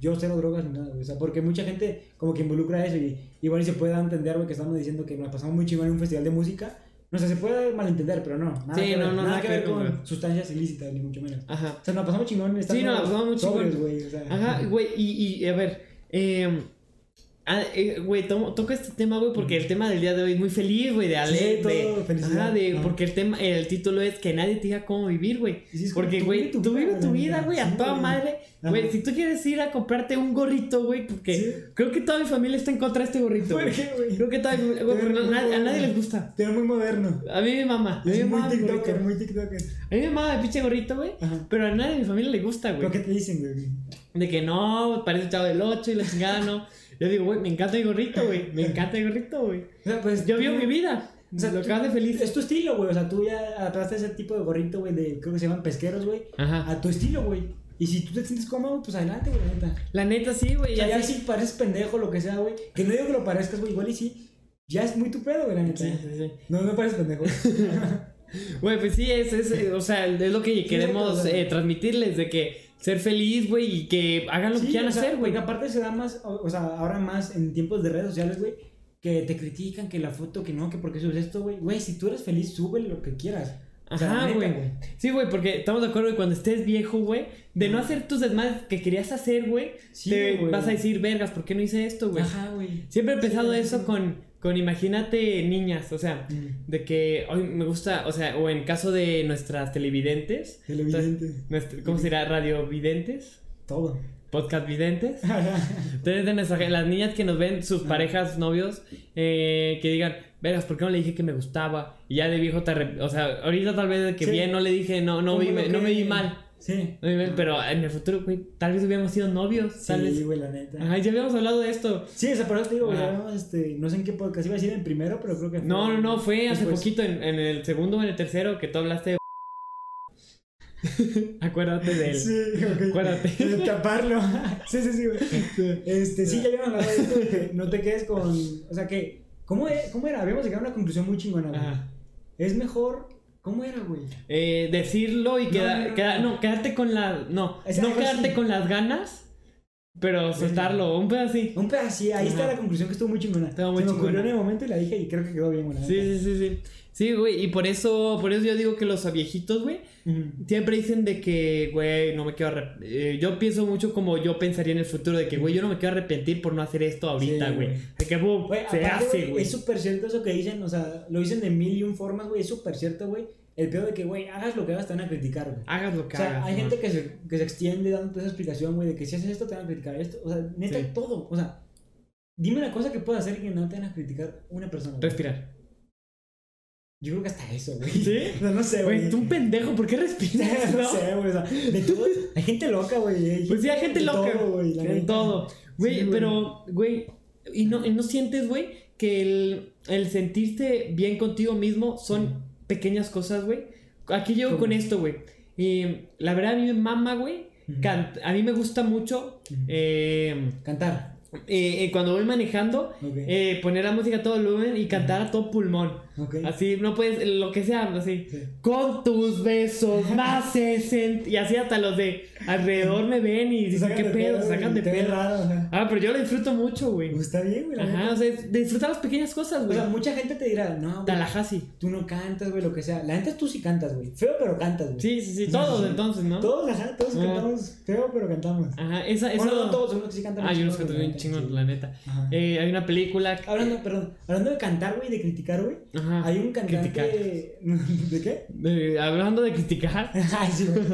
Speaker 1: yo cero drogas ni nada, güey. O sea, porque mucha gente como que involucra eso y igual y se puede entender, güey, que estamos diciendo que nos pasamos muy chingón en un festival de música. No sé, se puede malentender, pero no. Nada
Speaker 2: Sí,
Speaker 1: que
Speaker 2: no,
Speaker 1: ver,
Speaker 2: no,
Speaker 1: nada que ver con,
Speaker 2: güey.
Speaker 1: sustancias ilícitas, ni mucho menos.
Speaker 2: Ajá.
Speaker 1: O sea, nos pasamos chingón. estando
Speaker 2: nos la pasamos muy
Speaker 1: sobrios,
Speaker 2: chingón.
Speaker 1: güey. O sea,
Speaker 2: Ajá, güey, y, y a ver. eh, ah, eh, Güey, tomo- toco este tema, güey, porque el tema del día de hoy es muy feliz, güey, de alegre.
Speaker 1: Mm. todo
Speaker 2: de-
Speaker 1: felicidad.
Speaker 2: ajá, de,
Speaker 1: Ajá.
Speaker 2: porque el tema, el título es que nadie te diga cómo vivir, güey.
Speaker 1: Y sí, es como,
Speaker 2: Porque,
Speaker 1: tú
Speaker 2: güey,
Speaker 1: vive tu
Speaker 2: tú
Speaker 1: vida,
Speaker 2: vives tu
Speaker 1: la
Speaker 2: vida,
Speaker 1: neta.
Speaker 2: güey, a
Speaker 1: Sí,
Speaker 2: toda
Speaker 1: güey.
Speaker 2: madre.
Speaker 1: Ajá.
Speaker 2: Güey, si tú quieres ir a comprarte un gorrito, güey, porque
Speaker 1: Sí.
Speaker 2: creo que toda mi familia está en contra de este gorrito.
Speaker 1: ¿Por
Speaker 2: güey.
Speaker 1: qué, güey?
Speaker 2: Creo que toda mi familia, güey, porque no- na- a nadie les gusta.
Speaker 1: Te ves muy moderno.
Speaker 2: A mí me mama. A mí me
Speaker 1: Es muy
Speaker 2: mama el gorrito.
Speaker 1: tiktoker, muy tiktoker.
Speaker 2: A mí me mama el pinche gorrito, güey.
Speaker 1: Ajá.
Speaker 2: Pero a nadie de mi familia le gusta, güey.
Speaker 1: ¿Pero qué te dicen, güey?
Speaker 2: De que no, parece un chavo del 8 y la chingada, no. Yo digo, güey, me encanta el gorrito, güey. Me encanta el gorrito, güey.
Speaker 1: O sea, pues
Speaker 2: Yo vivo
Speaker 1: tú-
Speaker 2: mi vida.
Speaker 1: O sea,
Speaker 2: lo
Speaker 1: tú-
Speaker 2: que hace feliz.
Speaker 1: Es tu estilo, güey. O sea, tú ya adaptaste ese tipo de gorrito, güey, de creo que se llaman pesqueros, güey.
Speaker 2: Ajá.
Speaker 1: A tu estilo, güey. Y si tú te sientes cómodo, pues adelante, güey, la neta.
Speaker 2: La neta, sí, güey.
Speaker 1: O
Speaker 2: y
Speaker 1: sea, ya
Speaker 2: así-
Speaker 1: si pareces pendejo, lo que sea, güey. Que no digo que lo parezcas, güey, igual y sí. Ya es muy tu pedo, güey, la neta.
Speaker 2: Sí, sí, sí.
Speaker 1: No, no pareces pendejo.
Speaker 2: Güey, pues sí, es, es, eh, o sea, es lo que queremos
Speaker 1: exacto, o sea.
Speaker 2: eh, transmitirles, de que ser feliz, güey, y que hagan lo que
Speaker 1: Sí,
Speaker 2: quieran
Speaker 1: o sea,
Speaker 2: hacer, güey.
Speaker 1: Porque aparte se da más, o, o sea, ahora más en tiempos de redes sociales, güey, que te critican, que la foto, que no, que por qué subes esto, güey. Güey, si tú eres feliz, sube lo que quieras. O sea, la
Speaker 2: Ajá,
Speaker 1: neta,
Speaker 2: güey. Sí, güey, porque estamos de acuerdo que cuando estés viejo, güey, de no
Speaker 1: Ajá.
Speaker 2: hacer tus desmadres que querías hacer, güey,
Speaker 1: Sí,
Speaker 2: te
Speaker 1: güey.
Speaker 2: vas a decir, vergas, ¿por qué no hice esto, güey?
Speaker 1: Ajá, güey.
Speaker 2: Siempre he pensado
Speaker 1: Sí, sí,
Speaker 2: eso
Speaker 1: sí.
Speaker 2: con, con imagínate niñas, o sea,
Speaker 1: Mm,
Speaker 2: de que hoy me gusta, o sea, o en caso de nuestras televidentes,
Speaker 1: televidente.
Speaker 2: nuestra- ¿cómo se dirá? Radiovidentes,
Speaker 1: Todo.
Speaker 2: podcast videntes. Entonces, de nuestra- las niñas que nos ven, sus parejas, novios, eh, que digan, vergas, ¿por qué no le dije que me gustaba? Y ya de viejo te arrep- O sea, ahorita tal vez de que
Speaker 1: Sí.
Speaker 2: bien no le dije, no, no,
Speaker 1: Como
Speaker 2: vi-
Speaker 1: lo
Speaker 2: me- no
Speaker 1: que-
Speaker 2: me vi mal.
Speaker 1: Sí.
Speaker 2: no me vi mal, Pero en el futuro, güey, tal vez hubiéramos sido novios, tal
Speaker 1: Sí,
Speaker 2: vez.
Speaker 1: güey, la neta.
Speaker 2: Ajá, ya habíamos hablado de esto.
Speaker 1: Sí, o sea, por eso te digo, güey,
Speaker 2: Ajá.
Speaker 1: ya vemos, este, no sé en qué podcast iba a decir en primero, pero creo que fue-
Speaker 2: No, no, no, fue hace
Speaker 1: Después.
Speaker 2: poquito, en, en el segundo o en el tercero, que tú hablaste de. Acuérdate de él.
Speaker 1: Sí, ok.
Speaker 2: Acuérdate.
Speaker 1: De taparlo. sí, sí, sí, güey. Este, sí, ya habíamos hablado de esto, de que no te quedes con. O sea, que. ¿Cómo e- cómo era? Habíamos llegado a una conclusión muy chingona, güey.
Speaker 2: Ajá.
Speaker 1: Es mejor. ¿Cómo era, güey?
Speaker 2: Eh, decirlo y
Speaker 1: No,
Speaker 2: queda-
Speaker 1: no, no,
Speaker 2: queda-
Speaker 1: no.
Speaker 2: no, quedarte con la. No,
Speaker 1: Es
Speaker 2: no
Speaker 1: algo
Speaker 2: quedarte
Speaker 1: así.
Speaker 2: con las ganas, pero
Speaker 1: Sí.
Speaker 2: soltarlo, un pedo así.
Speaker 1: Un pedacito, ahí está
Speaker 2: Ajá.
Speaker 1: la conclusión que estuvo muy chingona.
Speaker 2: Estaba muy
Speaker 1: Se me ocurrió
Speaker 2: chingona.
Speaker 1: en el momento y la dije y creo que quedó bien, güey. la
Speaker 2: Sí,
Speaker 1: neta.
Speaker 2: sí, sí, sí. Sí, güey, y por eso, por eso yo digo que los viejitos, güey,
Speaker 1: Ujú.
Speaker 2: siempre dicen de que, güey, no me quiero arrepentir. yo pienso mucho como yo pensaría en el futuro, de que, güey, yo no me quiero arrepentir por no hacer esto ahorita,
Speaker 1: Sí,
Speaker 2: güey.
Speaker 1: güey.
Speaker 2: De que, boom,
Speaker 1: Güey,
Speaker 2: se
Speaker 1: aparte,
Speaker 2: hace,
Speaker 1: güey,
Speaker 2: güey.
Speaker 1: Es súper cierto eso que dicen, o sea, lo dicen de mil y un formas, güey, es súper cierto, güey. El peor de que, güey, hagas lo que hagas, te van a criticar, güey.
Speaker 2: Hagas lo
Speaker 1: O
Speaker 2: que
Speaker 1: sea,
Speaker 2: hagas.
Speaker 1: hay
Speaker 2: ¿no?
Speaker 1: gente que se, que se extiende dándote esa explicación, güey, de que si haces esto te van a criticar esto. O sea, neta,
Speaker 2: Sí.
Speaker 1: todo. O sea, dime una cosa que pueda hacer que no te van a criticar una persona. güey.
Speaker 2: Respirar.
Speaker 1: Yo creo que hasta eso, güey.
Speaker 2: ¿Sí?
Speaker 1: O sea, no sé,
Speaker 2: Güey,
Speaker 1: güey.
Speaker 2: tú un pendejo, ¿por qué respiras?
Speaker 1: no
Speaker 2: no?
Speaker 1: sé, güey. O sea, de todo. Hay gente loca, güey. hay
Speaker 2: Pues sí, hay gente
Speaker 1: de
Speaker 2: loca.
Speaker 1: todo, güey, la
Speaker 2: en
Speaker 1: neta.
Speaker 2: todo. Güey,
Speaker 1: Sí, güey.
Speaker 2: pero, güey, y no, y no sientes, güey, que el, el sentirte bien contigo mismo son pequeñas cosas, güey. Aquí llego
Speaker 1: ¿Cómo?
Speaker 2: con esto, güey. Y la verdad, a mí me mama, güey.
Speaker 1: Ujú.
Speaker 2: Can- A mí me gusta mucho
Speaker 1: Ujú.
Speaker 2: eh,
Speaker 1: Cantar.
Speaker 2: eh, eh, cuando voy manejando,
Speaker 1: Ok.
Speaker 2: eh, poner la música a todo volumen y cantar a todo pulmón.
Speaker 1: Ok.
Speaker 2: Así, no puedes, lo que sea, así.
Speaker 1: Sí.
Speaker 2: Con tus besos más 60. Y así hasta los de alrededor me ven y
Speaker 1: Te
Speaker 2: dicen,
Speaker 1: sacan
Speaker 2: ¿qué
Speaker 1: de
Speaker 2: pedo?
Speaker 1: pedo,
Speaker 2: Se Sacan de
Speaker 1: güey, te ven
Speaker 2: pedo.
Speaker 1: raro, o sea.
Speaker 2: Ah, pero yo lo disfruto mucho, güey.
Speaker 1: Pues está bien, güey. la neta.
Speaker 2: Ajá, o sea, disfruta las pequeñas cosas,
Speaker 1: O
Speaker 2: güey.
Speaker 1: sea, mucha gente te dirá, no, güey,
Speaker 2: Tallahassee.
Speaker 1: tú no cantas, güey, lo que sea. La neta tú sí cantas, güey. Feo, pero cantas, güey.
Speaker 2: Sí, sí, sí. Todos entonces, ¿no?
Speaker 1: Todos, ajá, todos
Speaker 2: Ah.
Speaker 1: cantamos feo, pero cantamos.
Speaker 2: Ajá, esa, esa.
Speaker 1: Bueno, no todos, unos que sí cantan.
Speaker 2: ah, yo los
Speaker 1: chingón,
Speaker 2: canto
Speaker 1: güey,
Speaker 2: bien
Speaker 1: la
Speaker 2: chingón,
Speaker 1: neta,
Speaker 2: la neta.
Speaker 1: sí. Ajá.
Speaker 2: Eh, hay una película. que-
Speaker 1: Hablando, perdón, hablando de cantar, güey, y de criticar, güey.
Speaker 2: Ajá.
Speaker 1: Hay un cantante.
Speaker 2: Ah, criticar.
Speaker 1: ¿De qué?
Speaker 2: Eh, hablando de criticar.
Speaker 1: Ay, sí, güey.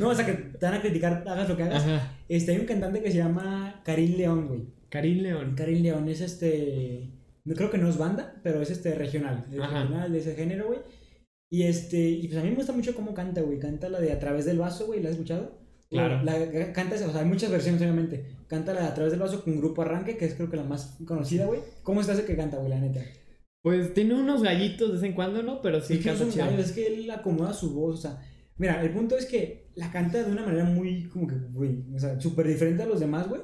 Speaker 1: no, o sea, que te van a criticar, hagas lo que hagas.
Speaker 2: Ajá.
Speaker 1: Este, hay un cantante que se llama Karim León, güey.
Speaker 2: Karim León.
Speaker 1: Karim León es este. No creo que no es banda, pero es este regional. Es
Speaker 2: Ajá.
Speaker 1: regional de ese género, güey. Y este. Y pues a mí me gusta mucho cómo canta, güey. Canta la de A través del vaso, güey. ¿La has escuchado?
Speaker 2: Claro.
Speaker 1: La, la- canta, esa, o sea, hay muchas versiones, obviamente. Canta la de A través del vaso con Grupo Arranque, que es creo que la más conocida, güey. ¿Cómo estás de que canta, güey, la neta?
Speaker 2: Pues tiene unos gallitos de vez en cuando, ¿no? Pero sí,
Speaker 1: Es que no
Speaker 2: canta
Speaker 1: son
Speaker 2: chido.
Speaker 1: gallos, es que él acomoda su voz, o sea. Mira, el punto es que la canta de una manera muy, como que, güey, o sea, súper diferente a los demás, güey.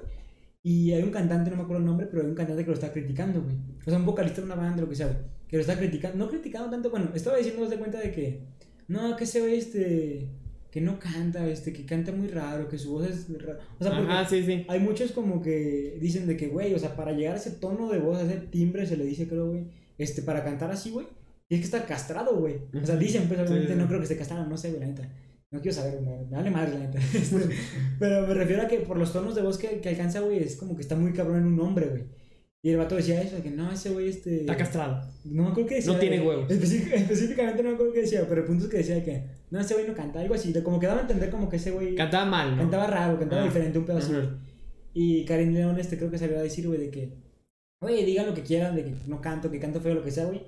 Speaker 1: Y hay un cantante, no me acuerdo el nombre, pero hay un cantante que lo está criticando, güey. O sea, un vocalista de una banda, lo que sea, güey, que lo está criticando. No criticando tanto, bueno, estaba diciendo, haz de cuenta de que, no, que ese güey, este, que no canta, este, que canta muy raro, que su voz es rara. O sea, porque
Speaker 2: Ajá, sí, sí.
Speaker 1: hay muchos como que dicen de que, güey, o sea, para llegar a ese tono de voz, a ese timbre, se le dice, creo, güey, este, para cantar así, güey, tienes que estar castrado, güey. O sea, dicen, pues,
Speaker 2: Sí,
Speaker 1: obviamente,
Speaker 2: sí.
Speaker 1: no creo que esté castrado, no sé, güey, la neta. No quiero saber, me, me vale madre, la neta. Este, Pero me refiero a que por los tonos de voz que, que alcanza, güey, es como que está muy cabrón en un hombre, güey. Y el vato decía eso, de que no, ese güey, este...
Speaker 2: Está castrado.
Speaker 1: No me acuerdo qué decía.
Speaker 2: No tiene
Speaker 1: güey.
Speaker 2: huevos.
Speaker 1: Específic- específicamente no me acuerdo qué decía, pero el punto es que decía que, no, ese güey no canta, algo así. Como que daba a entender como que ese güey...
Speaker 2: Cantaba mal, ¿no?
Speaker 1: Cantaba raro, cantaba
Speaker 2: Ah.
Speaker 1: diferente, un pedo así.
Speaker 2: Ajá.
Speaker 1: güey. Y Karim León, este, creo que salió a decir, güey, de que, oye, digan lo que quieran, de que no canto, que canto feo, lo que sea, güey.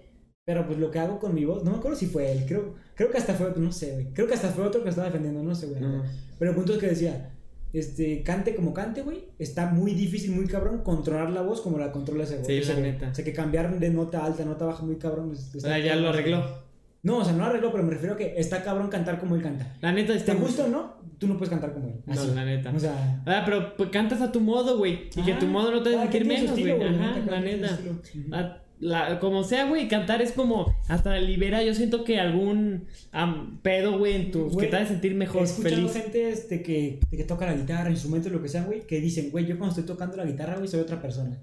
Speaker 1: Pero pues lo que hago con mi voz, no me acuerdo si fue él, creo, creo que hasta fue otro, no sé, güey. Creo que hasta fue otro que estaba defendiendo, no sé, güey.
Speaker 2: No.
Speaker 1: Pero el punto es que decía, este, cante como cante, güey. Está muy difícil, muy cabrón, controlar la voz como la controla ese güey.
Speaker 2: Sí,
Speaker 1: ese
Speaker 2: la
Speaker 1: güey.
Speaker 2: neta.
Speaker 1: O sea, que cambiar de nota alta a nota baja muy cabrón. es-
Speaker 2: O
Speaker 1: está
Speaker 2: sea, ya
Speaker 1: cabrón.
Speaker 2: lo arregló.
Speaker 1: No, o sea, no lo arregló, pero me refiero a que está cabrón cantar como él canta.
Speaker 2: La neta,
Speaker 1: ¿Te
Speaker 2: está
Speaker 1: gusta o no? Ah, Tú no puedes cantar como él.
Speaker 2: No, la neta.
Speaker 1: O sea,
Speaker 2: Ah, pero pues, cantas a tu modo, güey. Y que
Speaker 1: Ajá.
Speaker 2: tu modo no te
Speaker 1: Ah, Cada
Speaker 2: hace sentir
Speaker 1: quien tiene su
Speaker 2: menos,
Speaker 1: estilo,
Speaker 2: güey. Ajá,
Speaker 1: cada quien
Speaker 2: la
Speaker 1: tiene
Speaker 2: neta. Ah,
Speaker 1: su estilo.
Speaker 2: La- la- como sea, güey, cantar es como hasta libera. Yo siento que algún am, pedo, güey, en tu que
Speaker 1: Güey,
Speaker 2: te hace sentir
Speaker 1: He
Speaker 2: mejor,
Speaker 1: escuchado
Speaker 2: feliz.
Speaker 1: gente este, que, que toca la guitarra, instrumentos, lo que sea, güey, que dicen, güey, yo cuando estoy tocando la guitarra, güey, soy otra persona.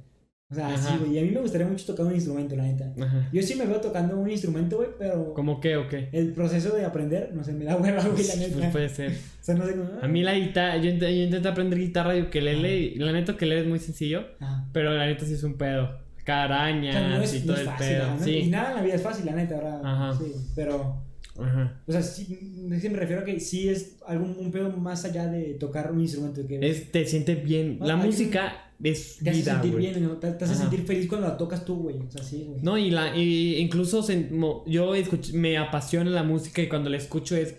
Speaker 1: O sea,
Speaker 2: Ajá.
Speaker 1: así, güey. Y a mí me gustaría mucho tocar un instrumento, la neta.
Speaker 2: Ajá.
Speaker 1: Yo sí me veo tocando un instrumento, güey, pero
Speaker 2: ¿Cómo qué o qué?
Speaker 1: el proceso de aprender, no sé, me da hueva, güey, la neta.
Speaker 2: Pues puede ser.
Speaker 1: o sea, no sé cómo.
Speaker 2: A mí la guitarra, yo, int- yo intenté aprender guitarra y ukelele. Y la neta, ukelele es muy sencillo.
Speaker 1: Ajá.
Speaker 2: Pero la neta sí es un pedo.
Speaker 1: O sea, no
Speaker 2: Carañas
Speaker 1: es, no
Speaker 2: y todo
Speaker 1: es
Speaker 2: el
Speaker 1: fácil,
Speaker 2: pedo.
Speaker 1: ajá, ¿no? Y
Speaker 2: Sí.
Speaker 1: nada en la vida es fácil, la neta, ahora.
Speaker 2: Ajá.
Speaker 1: Sí, pero,
Speaker 2: Ajá.
Speaker 1: o sea, sí, sí me refiero a que sí es algún un pedo más allá de tocar un instrumento. Que,
Speaker 2: Es- te sientes bien. La
Speaker 1: Ah, hay un-
Speaker 2: música es
Speaker 1: te hace
Speaker 2: vida,
Speaker 1: sentir
Speaker 2: güey.
Speaker 1: bien, ¿no? te, te hace
Speaker 2: Ajá.
Speaker 1: sentir feliz cuando la tocas tú, güey. O sea, sí, güey.
Speaker 2: No, y, la, y incluso se- mo- yo escuch- me apasiona la música y cuando la escucho es...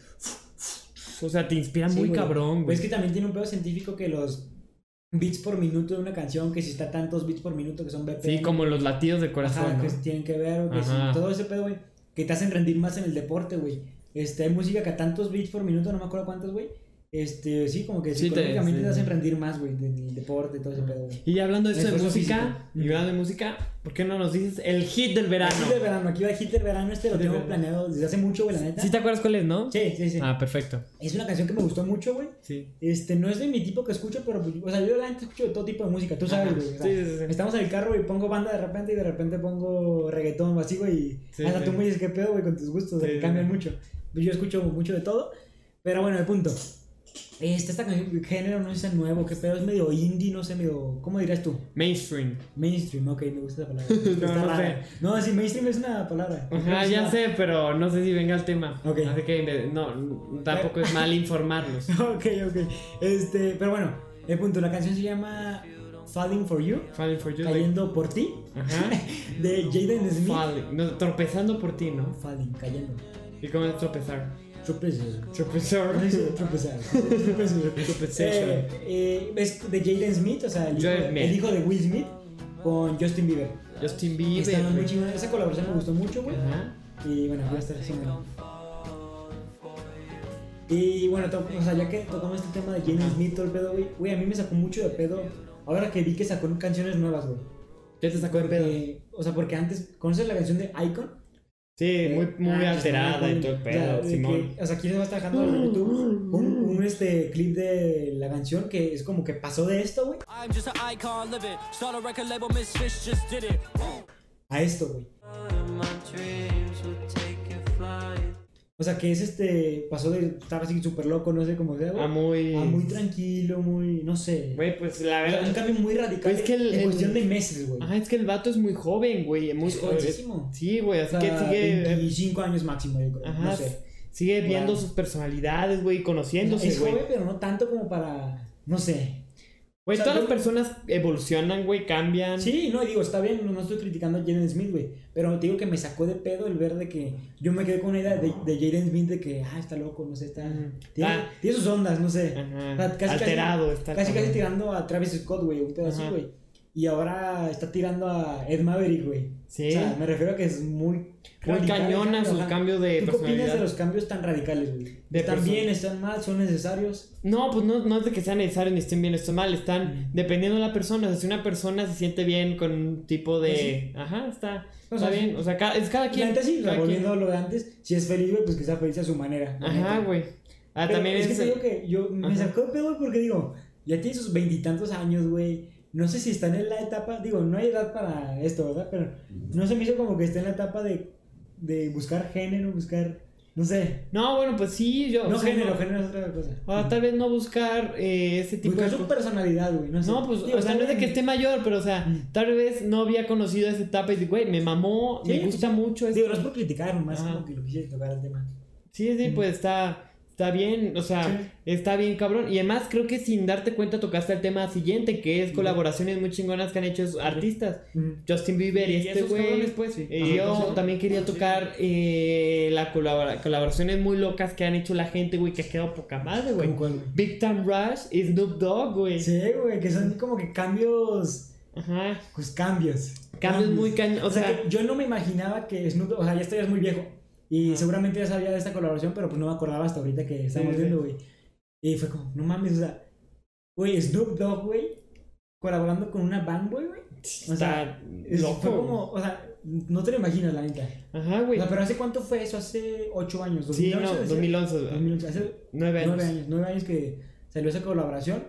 Speaker 2: O sea, te inspira
Speaker 1: Sí,
Speaker 2: muy
Speaker 1: güey. Pues
Speaker 2: cabrón, güey.
Speaker 1: Es que también tiene un pedo científico que los beats por minuto de una canción, que si está tantos beats por minuto que son BPM.
Speaker 2: Sí, como los latidos de
Speaker 1: ajá,
Speaker 2: corazón,
Speaker 1: que
Speaker 2: ¿no?
Speaker 1: tienen que ver, o que si-
Speaker 2: Ajá.
Speaker 1: todo ese pedo, güey, que te hacen rendir más en el deporte, güey. Este, hay música que a tantos beats por minuto, no me acuerdo cuántos, güey. Este, sí, como que
Speaker 2: Sí, te-
Speaker 1: psicológicamente
Speaker 2: sí.
Speaker 1: te hacen rendir más, güey, en el deporte, todo ese pedo, güey.
Speaker 2: Y ya hablando de eso de
Speaker 1: Esfuerzo
Speaker 2: música,
Speaker 1: físico.
Speaker 2: y hablando de música, ¿por qué no nos dices el hit del verano?
Speaker 1: Hit del verano, aquí va el hit del verano, este lo
Speaker 2: Hit del
Speaker 1: tengo
Speaker 2: verano.
Speaker 1: planeado desde hace mucho, güey, la neta.
Speaker 2: ¿Sí te acuerdas cuál es, no?
Speaker 1: Sí, sí, sí.
Speaker 2: Ah, perfecto.
Speaker 1: Es una canción que me gustó mucho, güey.
Speaker 2: Sí.
Speaker 1: Este, no es de mi tipo que escucho, pero, pues, o sea, yo la neta escucho de todo tipo de música, tú sabes,
Speaker 2: Ajá.
Speaker 1: güey. o sea,
Speaker 2: Sí, sí, sí.
Speaker 1: Estamos en el carro y pongo banda de repente y de repente pongo reggaetón o así, güey. y
Speaker 2: Sí,
Speaker 1: hasta
Speaker 2: sí.
Speaker 1: tú me dices qué pedo, güey, con tus gustos,
Speaker 2: Sí,
Speaker 1: que
Speaker 2: sí,
Speaker 1: cambian
Speaker 2: sí.
Speaker 1: mucho. Pues Yo escucho mucho de todo, pero bueno, el punto. Este, esta canción, género no es tan nuevo, qué pedo, es medio indie, no sé, medio, ¿cómo dirías tú?
Speaker 2: Mainstream.
Speaker 1: Mainstream, ok, me gusta esa palabra. Está
Speaker 2: No, no
Speaker 1: rara. No, sí, mainstream es una palabra.
Speaker 2: Ajá,
Speaker 1: Es
Speaker 2: Ah, ya
Speaker 1: una-
Speaker 2: sé, pero no sé si venga el tema.
Speaker 1: Ok.
Speaker 2: Así que me- no, tampoco es mal informarlos.
Speaker 1: Ok, ok. Este, pero bueno, el punto, la canción se llama Falling for You,
Speaker 2: Falling for you. de-
Speaker 1: cayendo por ti,
Speaker 2: Ajá.
Speaker 1: de Jaden Smith.
Speaker 2: Falling. No, tropezando por ti, ¿no?
Speaker 1: Falling, cayendo.
Speaker 2: ¿Y cómo es tropezar?
Speaker 1: Tropezar.
Speaker 2: Tropezar.
Speaker 1: Tropezar. Eh, eh, es de Jaden Smith, o sea, el hijo,
Speaker 2: Jaden Smith.
Speaker 1: el hijo de Will Smith con Justin Bieber.
Speaker 2: Justin Bieber.
Speaker 1: Está muy
Speaker 2: güey.
Speaker 1: chingona. Esa colaboración me gustó mucho, güey.
Speaker 2: Ajá.
Speaker 1: Y bueno, voy a estar haciendo. Y bueno, to- o sea, ya que tocamos este tema de Jaden Smith, todo el pedo, güey. Güey, a mí me sacó mucho de pedo. Ahora que vi que sacó canciones nuevas, güey.
Speaker 2: Ya te sacó de pedo.
Speaker 1: Porque- O sea, porque antes, ¿conoces la canción de Icon?
Speaker 2: Sí,
Speaker 1: Eh,
Speaker 2: muy, muy
Speaker 1: ah,
Speaker 2: alterada
Speaker 1: Simón,
Speaker 2: y todo el
Speaker 1: o sea,
Speaker 2: pedo,
Speaker 1: de
Speaker 2: Simón.
Speaker 1: que- o sea, aquí les va dejando en YouTube un, un, este, clip de la canción que es como que pasó de esto, güey,
Speaker 3: I'm just an icon living. Start a record label, Misfits just did it.
Speaker 1: a esto, güey.
Speaker 3: My dreams will take a flight.
Speaker 1: O sea, que es este, pasó de estar así súper loco, no sé cómo sea, güey,
Speaker 2: Ah, muy.
Speaker 1: a muy tranquilo, muy, no sé.
Speaker 2: Güey, pues la
Speaker 1: O sea, un
Speaker 2: verdad.
Speaker 1: cambio muy radical
Speaker 2: Es que el-
Speaker 1: en
Speaker 2: el-
Speaker 1: cuestión de meses, güey.
Speaker 2: Ah, es que el vato es muy joven, güey. Muy
Speaker 1: Es
Speaker 2: joven.
Speaker 1: jovencísimo.
Speaker 2: Sí, güey,
Speaker 1: O
Speaker 2: así
Speaker 1: sea,
Speaker 2: que sigue. eh,
Speaker 1: 25 años máximo, yo creo,
Speaker 2: Ajá.
Speaker 1: no sé.
Speaker 2: Sigue viendo
Speaker 1: Claro.
Speaker 2: sus personalidades, güey, conociéndose,
Speaker 1: Es
Speaker 2: güey.
Speaker 1: joven, pero no tanto como para, no sé.
Speaker 2: Güey,
Speaker 1: O sea,
Speaker 2: todas
Speaker 1: yo-
Speaker 2: las personas evolucionan, güey, cambian.
Speaker 1: Sí, no, y digo, está bien, no, no estoy criticando a Jaden Smith, güey. Pero te digo que me sacó de pedo el ver de que yo me quedé con una idea de, de Jaden Smith de que, ah, está loco, no sé, está.
Speaker 2: Ujú.
Speaker 1: Tiene,
Speaker 2: Ah.
Speaker 1: tiene sus ondas, no sé.
Speaker 2: Ajá.
Speaker 1: O sea,
Speaker 2: Alterado
Speaker 1: casi,
Speaker 2: está el
Speaker 1: Casi, casi
Speaker 2: cabrón.
Speaker 1: tirando a Travis Scott, güey, un pedo así,
Speaker 2: Ajá.
Speaker 1: güey. Y ahora está tirando a Ed Maverick, güey.
Speaker 2: Sí.
Speaker 1: O sea, me refiero a que es muy.
Speaker 2: Muy
Speaker 1: radical el
Speaker 2: cañona
Speaker 1: cambio,
Speaker 2: su
Speaker 1: ajá.
Speaker 2: cambio de
Speaker 1: ¿Tú qué opinas de
Speaker 2: personalidad?
Speaker 1: los cambios tan radicales, güey?
Speaker 2: De
Speaker 1: ¿Están
Speaker 2: persona-
Speaker 1: bien, están mal, son necesarios?
Speaker 2: No, pues no, no es de que sea necesario ni estén bien o estén mal, están dependiendo de la persona. O sea, si una persona se siente bien con un tipo de. Ajá, está.
Speaker 1: Pues O
Speaker 2: está
Speaker 1: sea,
Speaker 2: bien. O sea, ca- es cada
Speaker 1: La
Speaker 2: quien.
Speaker 1: neta sí, o sea,
Speaker 2: cada quien.
Speaker 1: volviendo a lo de antes, si es feliz, güey, pues que sea feliz a su manera. la neta.
Speaker 2: Ajá, güey. Ah,
Speaker 1: Pero
Speaker 2: también
Speaker 1: es
Speaker 2: es.
Speaker 1: que te digo que yo me
Speaker 2: Ajá.
Speaker 1: sacó de pedo güey, porque digo, ya tiene sus veintitantos años, güey. No sé si están en la etapa, digo, no hay edad para esto, ¿verdad? Pero no se me hizo como que esté en la etapa de, de buscar género, buscar, no sé.
Speaker 2: No, bueno, pues sí, yo.
Speaker 1: No
Speaker 2: o sea,
Speaker 1: género, género es otra cosa.
Speaker 2: O sea, tal vez no buscar eh, ese tipo
Speaker 1: buscar
Speaker 2: de.
Speaker 1: su
Speaker 2: cosas.
Speaker 1: personalidad, güey. No, sé.
Speaker 2: No, pues,
Speaker 1: Digo,
Speaker 2: o sea,
Speaker 1: está
Speaker 2: no es de que
Speaker 1: bien.
Speaker 2: esté mayor, pero, o sea,
Speaker 1: Mm.
Speaker 2: tal vez no había conocido esa etapa y digo, güey, me mamó,
Speaker 1: Sí, pues,
Speaker 2: me gusta mucho este esto.
Speaker 1: Digo, no es por criticar, nomás
Speaker 2: Ajá.
Speaker 1: como que lo quise tocar el tema.
Speaker 2: Sí, sí, pues está, está bien, o sea,
Speaker 1: Mm. Sí.
Speaker 2: está bien cabrón. Y además creo que sin darte cuenta tocaste el tema siguiente, que es colaboraciones muy chingonas que han hecho artistas.
Speaker 1: Ujú.
Speaker 2: Justin Bieber y,
Speaker 1: Y
Speaker 2: este
Speaker 1: esos
Speaker 2: güey.
Speaker 1: cabrones, pues, sí.
Speaker 2: Eh,
Speaker 1: Ajá,
Speaker 2: yo
Speaker 1: entonces,
Speaker 2: también quería tocar eh, las colaboraciones muy locas que han hecho la gente, güey, que ha quedado poca madre, güey.
Speaker 1: ¿Cómo cuál, güey?
Speaker 2: Big Time Rush y Snoop Dogg, güey.
Speaker 1: Sí, güey, que son como que cambios,
Speaker 2: Ajá.
Speaker 1: pues cambios.
Speaker 2: Cambios muy cañones.
Speaker 1: O sea, que yo no me imaginaba que Snoop Dogg, o sea, ya estoy es muy viejo. Y seguramente ya sabía de esta colaboración, pero pues no me acordaba hasta ahorita que estamos
Speaker 2: sí, sí.
Speaker 1: viendo, güey. Y fue como, no mames, o sea, güey, Snoop Dogg, güey, colaborando con una band, güey, güey.
Speaker 2: está
Speaker 1: O sea, es-
Speaker 2: loco.
Speaker 1: fue como, o sea, no te lo imaginas, la neta.
Speaker 2: Ajá,
Speaker 1: O
Speaker 2: güey.
Speaker 1: sea, pero ¿hace cuánto fue eso? Hace 8 años,
Speaker 2: Sí,
Speaker 1: 2011.
Speaker 2: no,
Speaker 1: decía?
Speaker 2: 2011. güey.
Speaker 1: 2011, hace
Speaker 2: Nueve años.
Speaker 1: nueve años, nueve años que salió esa colaboración.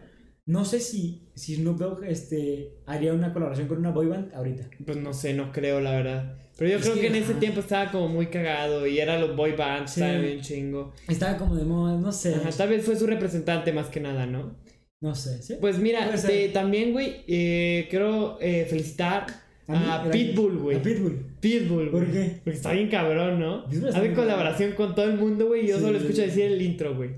Speaker 1: No sé si, si Snoop Dogg este, haría una colaboración con una boyband ahorita.
Speaker 2: Pues no sé, no creo, la verdad. Pero yo
Speaker 1: Es
Speaker 2: creo
Speaker 1: que,
Speaker 2: que en ese
Speaker 1: ajá.
Speaker 2: tiempo estaba como muy cagado y era los boy bands,
Speaker 1: Sí.
Speaker 2: estaba bien chingo.
Speaker 1: Estaba como de moda, no sé.
Speaker 2: Ajá, tal vez fue su representante más que nada, ¿no?
Speaker 1: No sé, ¿sí?
Speaker 2: Pues mira,
Speaker 1: Puede ser.
Speaker 2: este, también, güey, eh, quiero eh, felicitar
Speaker 1: mí,
Speaker 2: a,
Speaker 1: gracias.
Speaker 2: Ah, Pitbull, güey.
Speaker 1: A Pitbull.
Speaker 2: Pitbull,
Speaker 1: ¿Por
Speaker 2: güey.
Speaker 1: qué?
Speaker 2: Porque está bien cabrón, ¿no?
Speaker 1: Pitbull está
Speaker 2: Hace
Speaker 1: bien
Speaker 2: colaboración con todo el mundo, güey, y yo
Speaker 1: Sí.
Speaker 2: solo escucho decir el intro, güey.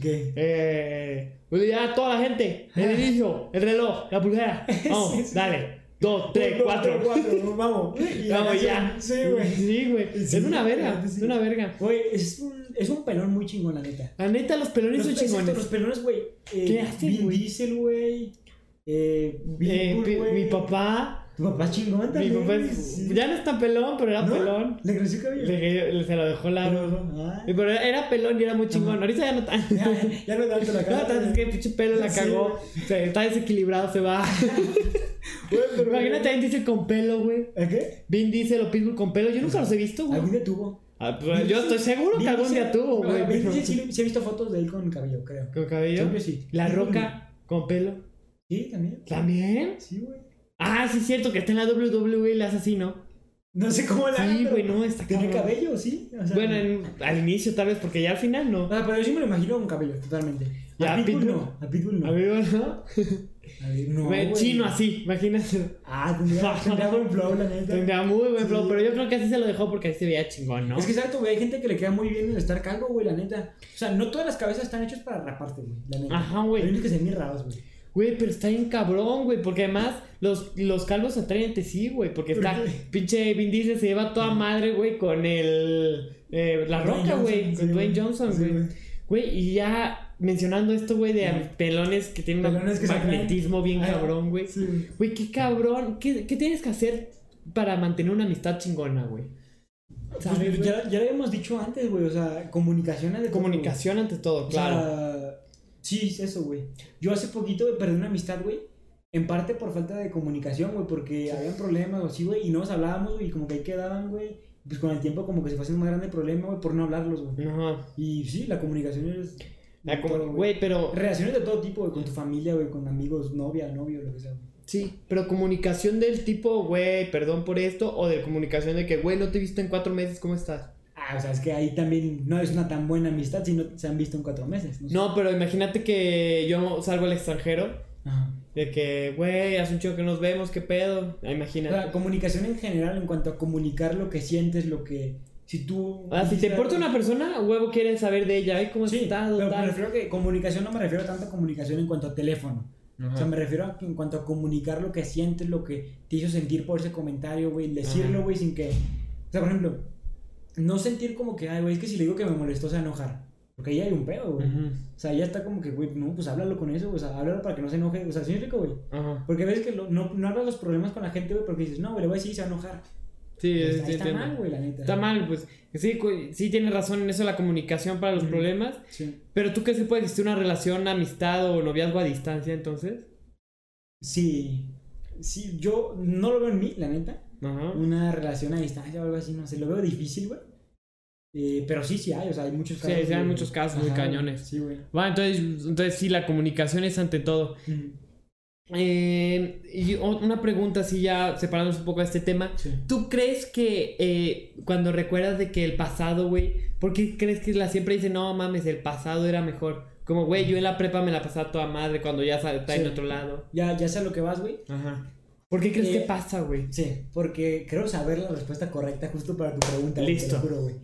Speaker 1: ¿Qué?
Speaker 2: Eh, güey, ya toda la gente, el inicio, el reloj, la pulsera. Vamos,
Speaker 1: Sí, sí.
Speaker 2: dale. Dos, tres,
Speaker 1: Uno,
Speaker 2: cuatro.
Speaker 1: cuatro, vamos. Y la
Speaker 2: Vamos ya.
Speaker 1: canción, Sí, güey.
Speaker 2: Sí, güey.
Speaker 1: Sí,
Speaker 2: es
Speaker 1: la
Speaker 2: una verga.
Speaker 1: neta, sí.
Speaker 2: Es una verga.
Speaker 1: Güey, es un, es un pelón muy chingón, la neta.
Speaker 2: La neta, los pelones son
Speaker 1: exacto,
Speaker 2: chingones.
Speaker 1: Los pelones, güey. eh,
Speaker 2: ¿Qué hacen,
Speaker 1: Vin
Speaker 2: güey?
Speaker 1: Diesel, güey. Eh,
Speaker 2: Eh,
Speaker 1: Pitbull,
Speaker 2: pi-
Speaker 1: güey.
Speaker 2: mi papá.
Speaker 1: Tu papá es chingón
Speaker 2: Mi
Speaker 1: también.
Speaker 2: papá es-
Speaker 1: sí.
Speaker 2: ya no es tan pelón, pero era
Speaker 1: ¿No?
Speaker 2: pelón.
Speaker 1: Le creció cabello.
Speaker 2: Le- le- se lo dejó largo.
Speaker 1: Ah.
Speaker 2: Eh, Pero era pelón y era muy chingón.
Speaker 1: Ajá.
Speaker 2: Ahorita ya no tan.
Speaker 1: Ya, ya no tanto la
Speaker 2: No,
Speaker 1: cara.
Speaker 2: tan- es que el pinche pelo la
Speaker 1: Sí.
Speaker 2: cagó. Se- está desequilibrado, se va.
Speaker 1: Güey, pero-
Speaker 2: Imagínate a Vin Diesel con pelo, güey.
Speaker 1: ¿A qué?
Speaker 2: Vin Diesel o Pitbull con pelo. Yo nunca los he visto, güey.
Speaker 1: Algún día tuvo.
Speaker 2: Ah, pues, yo estoy seguro que
Speaker 1: Vin
Speaker 2: algún día
Speaker 1: Diesel-
Speaker 2: tuvo,
Speaker 1: Ajá,
Speaker 2: güey.
Speaker 1: Vin Diesel sí, le- sí he visto fotos de él con cabello, creo.
Speaker 2: Con cabello.
Speaker 1: Creo que sí.
Speaker 2: La roca con pelo.
Speaker 1: Sí, también.
Speaker 2: ¿También?
Speaker 1: Sí, güey.
Speaker 2: Ah, sí, es cierto, que está en la WWE el asesino.
Speaker 1: No sé cómo la haga,
Speaker 2: Sí,
Speaker 1: Ah, pero
Speaker 2: güey, no, está
Speaker 1: Tiene
Speaker 2: cabrón.
Speaker 1: cabello, sí. O sea,
Speaker 2: Bueno, en- al inicio tal vez, porque ya al final
Speaker 1: o
Speaker 2: no.
Speaker 1: sea, pero yo sí me lo imagino con cabello, totalmente.
Speaker 2: Ya,
Speaker 1: a Pitbull,
Speaker 2: Pitbull.
Speaker 1: no. A Pitbull no.
Speaker 2: A ver, ¿no?
Speaker 1: A ver, no.
Speaker 2: Güey,
Speaker 1: güey.
Speaker 2: chino así, imagínate.
Speaker 1: Ah, tendría, tendría buen flow, la neta.
Speaker 2: Tendría muy buen
Speaker 1: Sí.
Speaker 2: flow, pero yo creo que así se lo dejó porque así se veía chingón, ¿no?
Speaker 1: Es que exacto, güey. Hay gente que le queda muy bien el estar calvo, güey, la neta. O sea, no todas las cabezas están hechas para raparte, güey, la neta.
Speaker 2: Ajá, güey.
Speaker 1: Hay unos que se ven bien raros, güey.
Speaker 2: Güey, pero está bien cabrón, güey, porque además los, los calvos se atraen ante sí, güey, porque
Speaker 1: ¿Por
Speaker 2: está
Speaker 1: qué?
Speaker 2: pinche Vin Diesel se lleva toda madre, güey, con el... eh, la
Speaker 1: Dwayne
Speaker 2: roca,
Speaker 1: Johnson,
Speaker 2: güey,
Speaker 1: sí,
Speaker 2: con Dwayne
Speaker 1: güey.
Speaker 2: Johnson,
Speaker 1: Sí,
Speaker 2: güey.
Speaker 1: güey.
Speaker 2: Güey, y ya mencionando esto, güey, de
Speaker 1: Ajá.
Speaker 2: pelones que tienen
Speaker 1: Pelones que se
Speaker 2: magnetismo bien
Speaker 1: Ajá.
Speaker 2: cabrón, güey.
Speaker 1: Sí, güey.
Speaker 2: Güey, qué cabrón. ¿Qué, qué tienes que hacer para mantener una amistad chingona, güey? ¿Sabes,
Speaker 1: Pues,
Speaker 2: güey?
Speaker 1: ya, ya lo habíamos dicho antes, güey. O sea, comunicación es de todo, güey.
Speaker 2: Comunicación ante todo,
Speaker 1: O
Speaker 2: claro.
Speaker 1: sea, sí, es eso, güey. Yo hace poquito güey, perdí una amistad, güey. En parte por falta de comunicación, güey, porque habían problemas o así, güey, y no nos hablábamos, güey, y como que ahí quedaban, güey. pues con el tiempo como que se fue haciendo más grande el problema, güey, por no hablarlos, güey.
Speaker 2: Ajá.
Speaker 1: Y sí, la comunicación es...
Speaker 2: La
Speaker 1: de
Speaker 2: como-
Speaker 1: todo,
Speaker 2: Güey, pero.
Speaker 1: Relaciones de todo tipo, güey, con tu familia, güey, con amigos, novia, novio, lo que sea. güey.
Speaker 2: Sí, pero comunicación del tipo, güey, perdón por esto, o de comunicación de que, güey, no te he visto en cuatro meses, ¿cómo estás?
Speaker 1: Ah, o sea, es que ahí también no es una tan buena amistad si no se han visto en cuatro meses. No. sé.
Speaker 2: No, pero imagínate que yo salgo al extranjero,
Speaker 1: Ajá.
Speaker 2: de que, güey, hace un chico que nos vemos, qué pedo. Ah,
Speaker 1: O sea,
Speaker 2: Imagínate.
Speaker 1: comunicación en general en cuanto a comunicar lo que sientes, lo que... Si tú...
Speaker 2: Ah, si te importa una persona, huevo, quieres saber de ella, ay, ¿cómo has
Speaker 1: Sí,
Speaker 2: estado?
Speaker 1: pero me
Speaker 2: tal?
Speaker 1: refiero a que comunicación no me refiero tanto a comunicación en cuanto a teléfono.
Speaker 2: Ajá.
Speaker 1: O sea, me refiero a que en cuanto a comunicar lo que sientes, lo que te hizo sentir por ese comentario, güey, decirlo,
Speaker 2: Ajá.
Speaker 1: güey, sin que... O sea, por ejemplo, no sentir como que, ay, güey, es que si le digo que me molestó se va a enojar. Porque ahí hay un pedo, güey.
Speaker 2: Ujú,
Speaker 1: O sea, ya está como que, güey, no, pues háblalo con eso, güey, o sea, háblalo para que no se enoje. O sea, sí, rico, güey.
Speaker 2: Ajá.
Speaker 1: Porque ves que lo- no, no hablas los problemas con la gente, güey, porque dices, no, güey, le voy a decir y se va a enojar.
Speaker 2: Sí,
Speaker 1: Pues,
Speaker 2: sí,
Speaker 1: ahí
Speaker 2: sí,
Speaker 1: está
Speaker 2: entiendo.
Speaker 1: mal, güey, la neta.
Speaker 2: Está mal, pues. Sí, cu- sí tienes razón en eso, la comunicación para los
Speaker 1: Ujú.
Speaker 2: problemas.
Speaker 1: Sí.
Speaker 2: Pero tú crees que puede existir una relación, amistad o noviazgo a distancia, entonces?
Speaker 1: Sí. Sí, yo no lo veo en mí, la neta.
Speaker 2: Ajá.
Speaker 1: una relación a distancia o algo así, no sé, lo veo difícil, güey. Eh, pero sí, sí hay, o sea, hay muchos
Speaker 2: Sí,
Speaker 1: casos.
Speaker 2: sí hay
Speaker 1: güey.
Speaker 2: muchos casos muy
Speaker 1: Ajá,
Speaker 2: cañones.
Speaker 1: Sí, güey.
Speaker 2: Va, entonces, entonces sí, la comunicación es ante todo.
Speaker 1: Mm,
Speaker 2: Eh, y o- una pregunta, así ya separándonos un poco de este tema.
Speaker 1: Sí.
Speaker 2: ¿Tú crees que eh, cuando recuerdas de que el pasado, güey, ¿por qué crees que la siempre dice, no mames, el pasado era mejor? Como, güey, yo en la prepa me la pasaba toda madre cuando ya sa- está en
Speaker 1: Sí.
Speaker 2: otro lado.
Speaker 1: Ya, ya sé a lo que vas, güey.
Speaker 2: Ajá. ¿Por qué crees
Speaker 1: Eh,
Speaker 2: que pasa, güey?
Speaker 1: Sí, porque creo saber la respuesta correcta justo para tu pregunta. güey, te
Speaker 2: Listo.
Speaker 1: lo juro, güey.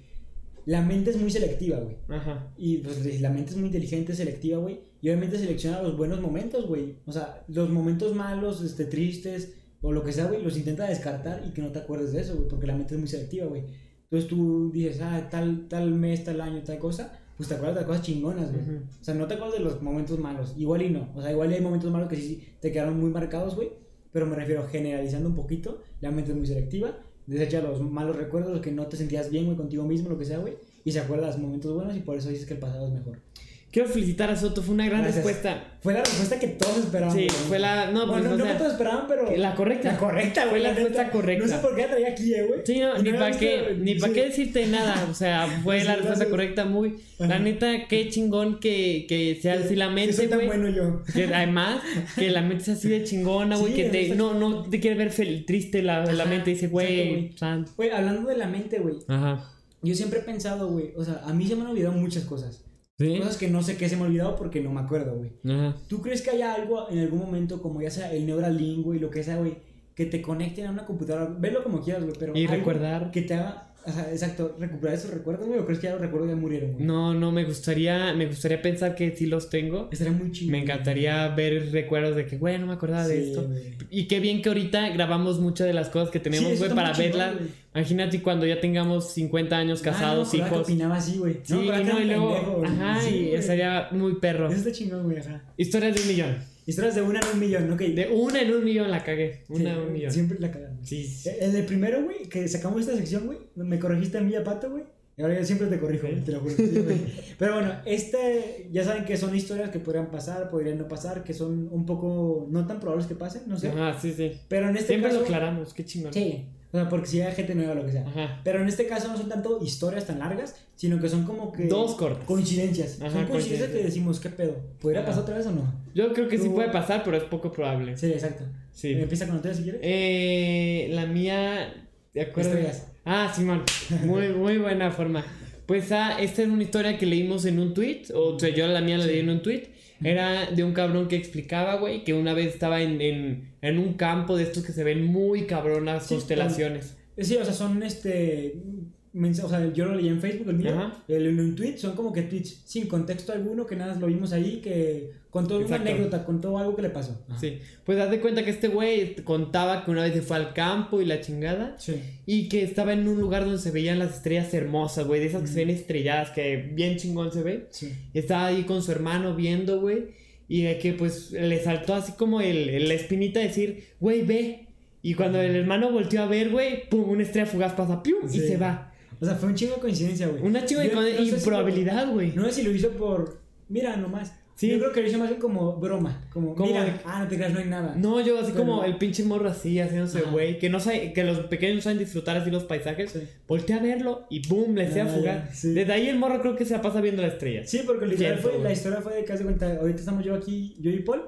Speaker 1: La mente es muy selectiva, güey.
Speaker 2: Ajá.
Speaker 1: Y pues la mente es muy inteligente, selectiva, güey. Y obviamente selecciona los buenos momentos, güey. O sea, los momentos malos, este, tristes o lo que sea, güey, los intenta descartar y que no te acuerdes de eso, güey, porque la mente es muy selectiva, güey. Entonces tú dices, ah, tal, tal mes, tal año, tal cosa, pues te acuerdas de las cosas chingonas, güey.
Speaker 2: Ujú.
Speaker 1: O sea, no te acuerdas de los momentos malos. Igual y no. O sea, igual y hay momentos malos que sí te quedaron muy marcados, güey. Pero me refiero generalizando un poquito. La mente es muy selectiva. Desecha los malos recuerdos, los que no te sentías bien, güey, contigo mismo, lo que sea, güey. Y se acuerda de los momentos buenos y por eso dices que el pasado es mejor.
Speaker 2: Quiero felicitar a Soto, fue una gran
Speaker 1: Gracias.
Speaker 2: respuesta.
Speaker 1: Fue la respuesta que todos esperaban.
Speaker 2: Sí,
Speaker 1: güey.
Speaker 2: fue la. No, pues,
Speaker 1: Bueno,
Speaker 2: o
Speaker 1: no
Speaker 2: sea,
Speaker 1: que todos esperaban, pero.
Speaker 2: la correcta.
Speaker 1: La correcta, güey.
Speaker 2: Fue la
Speaker 1: neta.
Speaker 2: respuesta correcta.
Speaker 1: No sé por qué la traía aquí, eh, güey.
Speaker 2: Sí, no,
Speaker 1: Y
Speaker 2: ni
Speaker 1: no me
Speaker 2: para
Speaker 1: gusta,
Speaker 2: qué, ni
Speaker 1: sí.
Speaker 2: para qué decirte nada. O sea, fue
Speaker 1: Sí,
Speaker 2: la
Speaker 1: sí,
Speaker 2: respuesta
Speaker 1: gracias.
Speaker 2: correcta, muy. La
Speaker 1: Ajá.
Speaker 2: neta, qué chingón que, que sea así la
Speaker 1: Que soy
Speaker 2: mente,
Speaker 1: tan
Speaker 2: güey.
Speaker 1: bueno yo.
Speaker 2: Que además, que la mente sea así de chingona, güey.
Speaker 1: Sí,
Speaker 2: que te,
Speaker 1: está-
Speaker 2: no, no te quiere ver fel- triste la, la
Speaker 1: Ajá,
Speaker 2: mente. Dice,
Speaker 1: exacto,
Speaker 2: güey,
Speaker 1: güey.
Speaker 2: santo.
Speaker 1: Güey, hablando de la mente, güey.
Speaker 2: Ajá.
Speaker 1: Yo siempre he pensado, güey. O sea, a mí se me han olvidado muchas cosas.
Speaker 2: Sí.
Speaker 1: Cosas que no sé qué se me ha olvidado porque no me acuerdo, güey.
Speaker 2: Ajá.
Speaker 1: ¿Tú crees que haya algo en algún momento, como ya sea el Neuralink, güey, lo que sea, güey, que te conecten a una computadora? Velo como quieras, güey, pero.
Speaker 2: Y
Speaker 1: algo
Speaker 2: recordar.
Speaker 1: Que te haga. ajá, exacto, recuperar esos recuerdos, güey, o crees que ya los recuerdos ya murieron, güey.
Speaker 2: No, no, me gustaría, me gustaría pensar que sí los tengo.
Speaker 1: Estaría muy chido.
Speaker 2: Me encantaría ver recuerdos de que, güey, no me acordaba de
Speaker 1: Sí,
Speaker 2: esto.
Speaker 1: güey.
Speaker 2: Y qué bien que ahorita grabamos muchas de las cosas que
Speaker 1: Sí,
Speaker 2: tenemos,
Speaker 1: eso
Speaker 2: güey,
Speaker 1: está
Speaker 2: para
Speaker 1: muy chingón,
Speaker 2: verlas.
Speaker 1: güey.
Speaker 2: Imagínate cuando ya tengamos 50 años casados,
Speaker 1: Ah, no, acordaba que
Speaker 2: hijos.
Speaker 1: opinaba así, güey.
Speaker 2: Sí,
Speaker 1: No, acordaba que
Speaker 2: no, y
Speaker 1: era un
Speaker 2: luego.
Speaker 1: pendejo, güey.
Speaker 2: ajá,
Speaker 1: Sí,
Speaker 2: y
Speaker 1: güey.
Speaker 2: sería muy perro.
Speaker 1: Eso está chingón, güey, ajá.
Speaker 2: Historias de un millón.
Speaker 1: Historias de una en un millón, ok.
Speaker 2: De una en un millón la cagué. Una
Speaker 1: Sí,
Speaker 2: en un millón.
Speaker 1: Siempre la cagamos.
Speaker 2: Sí, sí.
Speaker 1: Eh, El del primero, güey, que sacamos esta sección, güey, me corregiste a mí y a Pato, güey. Y ahora yo siempre te corrijo, güey, te lo juro. Sí, güey. Pero bueno, este, ya saben que son historias que podrían pasar, podrían no pasar, que son un poco no tan probables que pasen, no sé.
Speaker 2: Ajá, sí, sí.
Speaker 1: Pero en este
Speaker 2: Siempre
Speaker 1: caso.
Speaker 2: lo aclaramos, qué chingón.
Speaker 1: Sí. O sea, porque si hay gente nueva o lo que sea.
Speaker 2: Ajá.
Speaker 1: Pero en este caso no son tanto historias tan largas, sino que son como que.
Speaker 2: Dos cortas.
Speaker 1: Coincidencias. son
Speaker 2: Ajá,
Speaker 1: coincidencias
Speaker 2: coincidencias.
Speaker 1: que decimos, ¿qué pedo? ¿Podría
Speaker 2: Ajá.
Speaker 1: pasar otra vez o no?
Speaker 2: Yo creo que sí
Speaker 1: Tú-
Speaker 2: puede pasar, pero es poco probable.
Speaker 1: Sí, exacto.
Speaker 2: Sí.
Speaker 1: Empieza con ustedes si quieres.
Speaker 2: Eh, la mía, ¿de acuerdo?
Speaker 1: Estrellas.
Speaker 2: Ah, Simón, muy, muy buena forma. Pues ah, esta era una historia que leímos en un tweet, o sea, yo la mía la leí en un tweet. Era de un cabrón que explicaba, güey, que una vez estaba en, en, en un campo de estos que se ven muy cabronas
Speaker 1: Sí,
Speaker 2: constelaciones.
Speaker 1: Eh, Sí, o sea, son este. mens- O sea, yo lo leí en Facebook, el mío.
Speaker 2: Ajá.
Speaker 1: el- en un tweet, son como que tweets sin contexto alguno, que nada, lo vimos ahí, que contó una
Speaker 2: Exacto.
Speaker 1: anécdota, contó algo que le pasó. Ajá.
Speaker 2: Sí, pues haz de cuenta que este güey contaba que una vez se fue al campo y la chingada.
Speaker 1: Sí.
Speaker 2: Y que estaba en un lugar donde se veían las estrellas hermosas, güey, de esas que se ven estrelladas, que bien chingón se ve.
Speaker 1: Sí.
Speaker 2: Estaba ahí con su hermano viendo, güey. Y de que pues le saltó así como el, el- la espinita de decir, güey, ve. Y cuando el hermano volteó a ver, güey, pum, una estrella fugaz pasa, pium, y
Speaker 1: Sí.
Speaker 2: se va.
Speaker 1: O sea, fue un chingo de coincidencia, güey.
Speaker 2: Una chingo de
Speaker 1: Yo-
Speaker 2: con-
Speaker 1: no sé si lo-
Speaker 2: improbabilidad, güey.
Speaker 1: no sé si lo hizo por. Mira nomás.
Speaker 2: Sí.
Speaker 1: Yo creo que lo hizo más bien como broma. Como,
Speaker 2: Como
Speaker 1: mira,
Speaker 2: de-
Speaker 1: ah, no te creas, no hay nada.
Speaker 2: No, yo así
Speaker 1: Pero-
Speaker 2: como el pinche morro así, haciéndose
Speaker 1: Ajá.
Speaker 2: güey, que no sabe, que los pequeños no saben disfrutar así los paisajes,
Speaker 1: Sí.
Speaker 2: voltea a verlo y boom, le sea
Speaker 1: Ah,
Speaker 2: fugar.
Speaker 1: ya, sí.
Speaker 2: Desde ahí el morro creo que se la pasa viendo la estrella.
Speaker 1: Sí, porque literal
Speaker 2: Cierto,
Speaker 1: fue,
Speaker 2: güey.
Speaker 1: la historia fue de que haz de cuenta, ahorita estamos yo aquí, yo y Paul.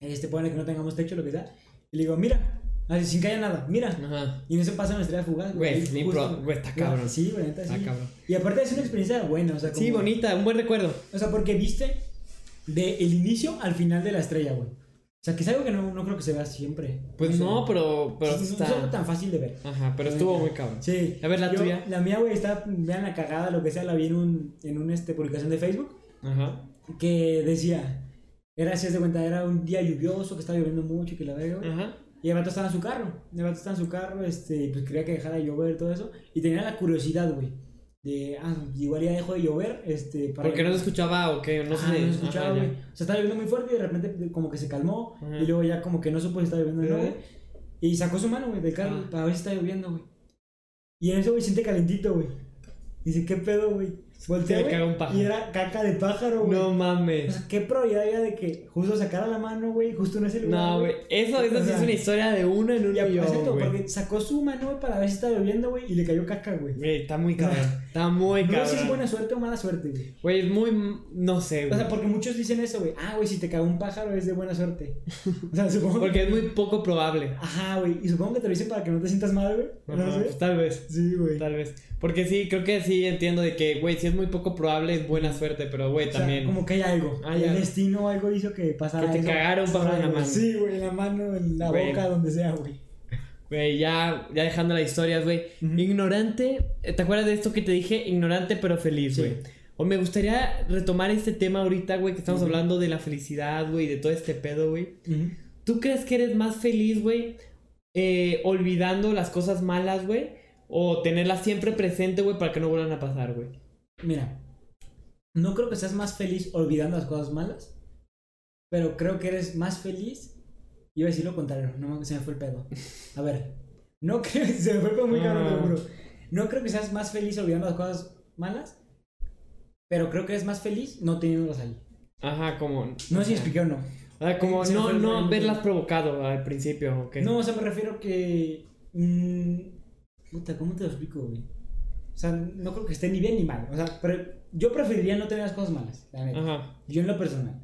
Speaker 1: Este, pone que no tengamos techo, lo que sea. Y le digo, mira, así, sin que haya nada, mira.
Speaker 2: Ajá.
Speaker 1: Y en eso pasa una estrella fugaz,
Speaker 2: Güey,
Speaker 1: Y
Speaker 2: ni
Speaker 1: justo-
Speaker 2: pro- güey, está cabrón.
Speaker 1: Sí, güey, neta,
Speaker 2: Está
Speaker 1: sí.
Speaker 2: cabrón.
Speaker 1: Y aparte es una experiencia buena, o sea, como,
Speaker 2: Sí, bonita, un buen recuerdo.
Speaker 1: O sea, porque viste del el inicio al final de la estrella, güey. O sea, que es algo que no, no creo que se vea siempre.
Speaker 2: Pues
Speaker 1: sé.
Speaker 2: no, pero, pero
Speaker 1: Sí, no es algo
Speaker 2: está.
Speaker 1: tan fácil de ver.
Speaker 2: Ajá, pero estuvo muy cabrón.
Speaker 1: Sí.
Speaker 2: A ver, la
Speaker 1: Yo-
Speaker 2: tuya.
Speaker 1: La mía, güey, está, vean la cagada, lo que sea, la vi en un, en un este, publicación de Facebook
Speaker 2: Ajá.
Speaker 1: que decía, era si haz de cuenta, era un día lluvioso, que estaba lloviendo mucho, que la verga, güey.
Speaker 2: Ajá.
Speaker 1: Y el vato estaba en su carro, el vato estaba en su carro, este, pues quería que dejara de llover y todo eso, y tenía la curiosidad, güey, de, ah, igual ya dejó de llover, este, para...
Speaker 2: Porque no se escuchaba o qué, no
Speaker 1: Ah,
Speaker 2: se
Speaker 1: no se escuchaba,
Speaker 2: ajá, ya.
Speaker 1: güey. O sea, estaba lloviendo muy fuerte y de repente como que se calmó,
Speaker 2: Ajá.
Speaker 1: y luego ya como que no supo si estaba lloviendo o no,
Speaker 2: Ajá.
Speaker 1: güey. Y sacó su mano, güey, del carro,
Speaker 2: Ah.
Speaker 1: para ver si estaba lloviendo, güey. Y en eso, güey, siente calentito, güey. Dice, ¿qué pedo, güey? Voltea,
Speaker 2: le
Speaker 1: güey,
Speaker 2: caga un pájaro.
Speaker 1: y era caca de pájaro, güey.
Speaker 2: No
Speaker 1: O
Speaker 2: mames.
Speaker 1: sea, qué probabilidad había de que justo sacara la mano, güey, justo en ese lugar.
Speaker 2: No, güey. Eso, eso sí es una historia de uno en un
Speaker 1: Y aparte
Speaker 2: millón,
Speaker 1: todo,
Speaker 2: güey.
Speaker 1: pues, porque sacó su mano güey, para ver si estaba lloviendo, güey, y le cayó caca, güey. No
Speaker 2: Güey, está muy cabrón. Está muy
Speaker 1: sé si es
Speaker 2: cabrón.
Speaker 1: buena suerte o mala suerte, güey.
Speaker 2: Güey, es muy. No sé,
Speaker 1: O
Speaker 2: güey.
Speaker 1: sea, porque muchos dicen eso, güey. Ah, güey, si te cagó un pájaro es de buena suerte. O sea, supongo.
Speaker 2: Porque es muy poco probable.
Speaker 1: Ajá, güey. Y supongo que te lo dicen para que no te sientas mal, güey. No
Speaker 2: Ajá,
Speaker 1: sé.
Speaker 2: pues, tal vez.
Speaker 1: Sí, güey.
Speaker 2: Tal vez. Porque sí, creo que sí entiendo de que, güey, si es muy poco probable, es buena suerte, pero, güey,
Speaker 1: O sea,
Speaker 2: también.
Speaker 1: como que hay algo.
Speaker 2: Hay
Speaker 1: el
Speaker 2: algo.
Speaker 1: destino o algo hizo que pasara.
Speaker 2: Que te
Speaker 1: eso.
Speaker 2: cagara un pájaro en la
Speaker 1: Ay, güey,
Speaker 2: mano.
Speaker 1: Sí, güey, en la mano, en la
Speaker 2: Güey.
Speaker 1: boca, donde sea, güey.
Speaker 2: Güey, ya, ya dejando las historias, güey.
Speaker 1: Ujú.
Speaker 2: Ignorante, eh, ¿te acuerdas de esto que te dije? Ignorante pero feliz,
Speaker 1: Sí.
Speaker 2: güey. O me gustaría retomar este tema ahorita, güey, que estamos
Speaker 1: Ujú.
Speaker 2: hablando de la felicidad, güey, de todo este pedo, güey. ¿Tú crees que eres más feliz, güey, eh, olvidando las cosas malas, güey? O tenerlas siempre presente, güey, para que no vuelvan a pasar, güey.
Speaker 1: Mira, no creo que seas más feliz olvidando las cosas malas, pero creo que eres más feliz. Iba a decir lo contrario, no mames, se me fue el pedo. A ver, no creo, se me fue el pedo muy cabrón, te lo
Speaker 2: Ah.
Speaker 1: juro. No creo que seas más feliz olvidando las cosas malas, pero creo que eres más feliz no teniéndolas ahí.
Speaker 2: Ajá, como.
Speaker 1: No sé si
Speaker 2: Ajá.
Speaker 1: expliqué o no.
Speaker 2: O sea, como
Speaker 1: Se me
Speaker 2: no,
Speaker 1: fue el
Speaker 2: no
Speaker 1: rollo.
Speaker 2: haberlas provocado al principio, ¿ok?
Speaker 1: No, o sea, me refiero que. mm, puta, ¿cómo te lo explico, güey? O sea, no creo que esté ni bien ni mal. O sea, pre- yo preferiría no tener las cosas malas, la neta.
Speaker 2: Ajá.
Speaker 1: Yo en lo personal.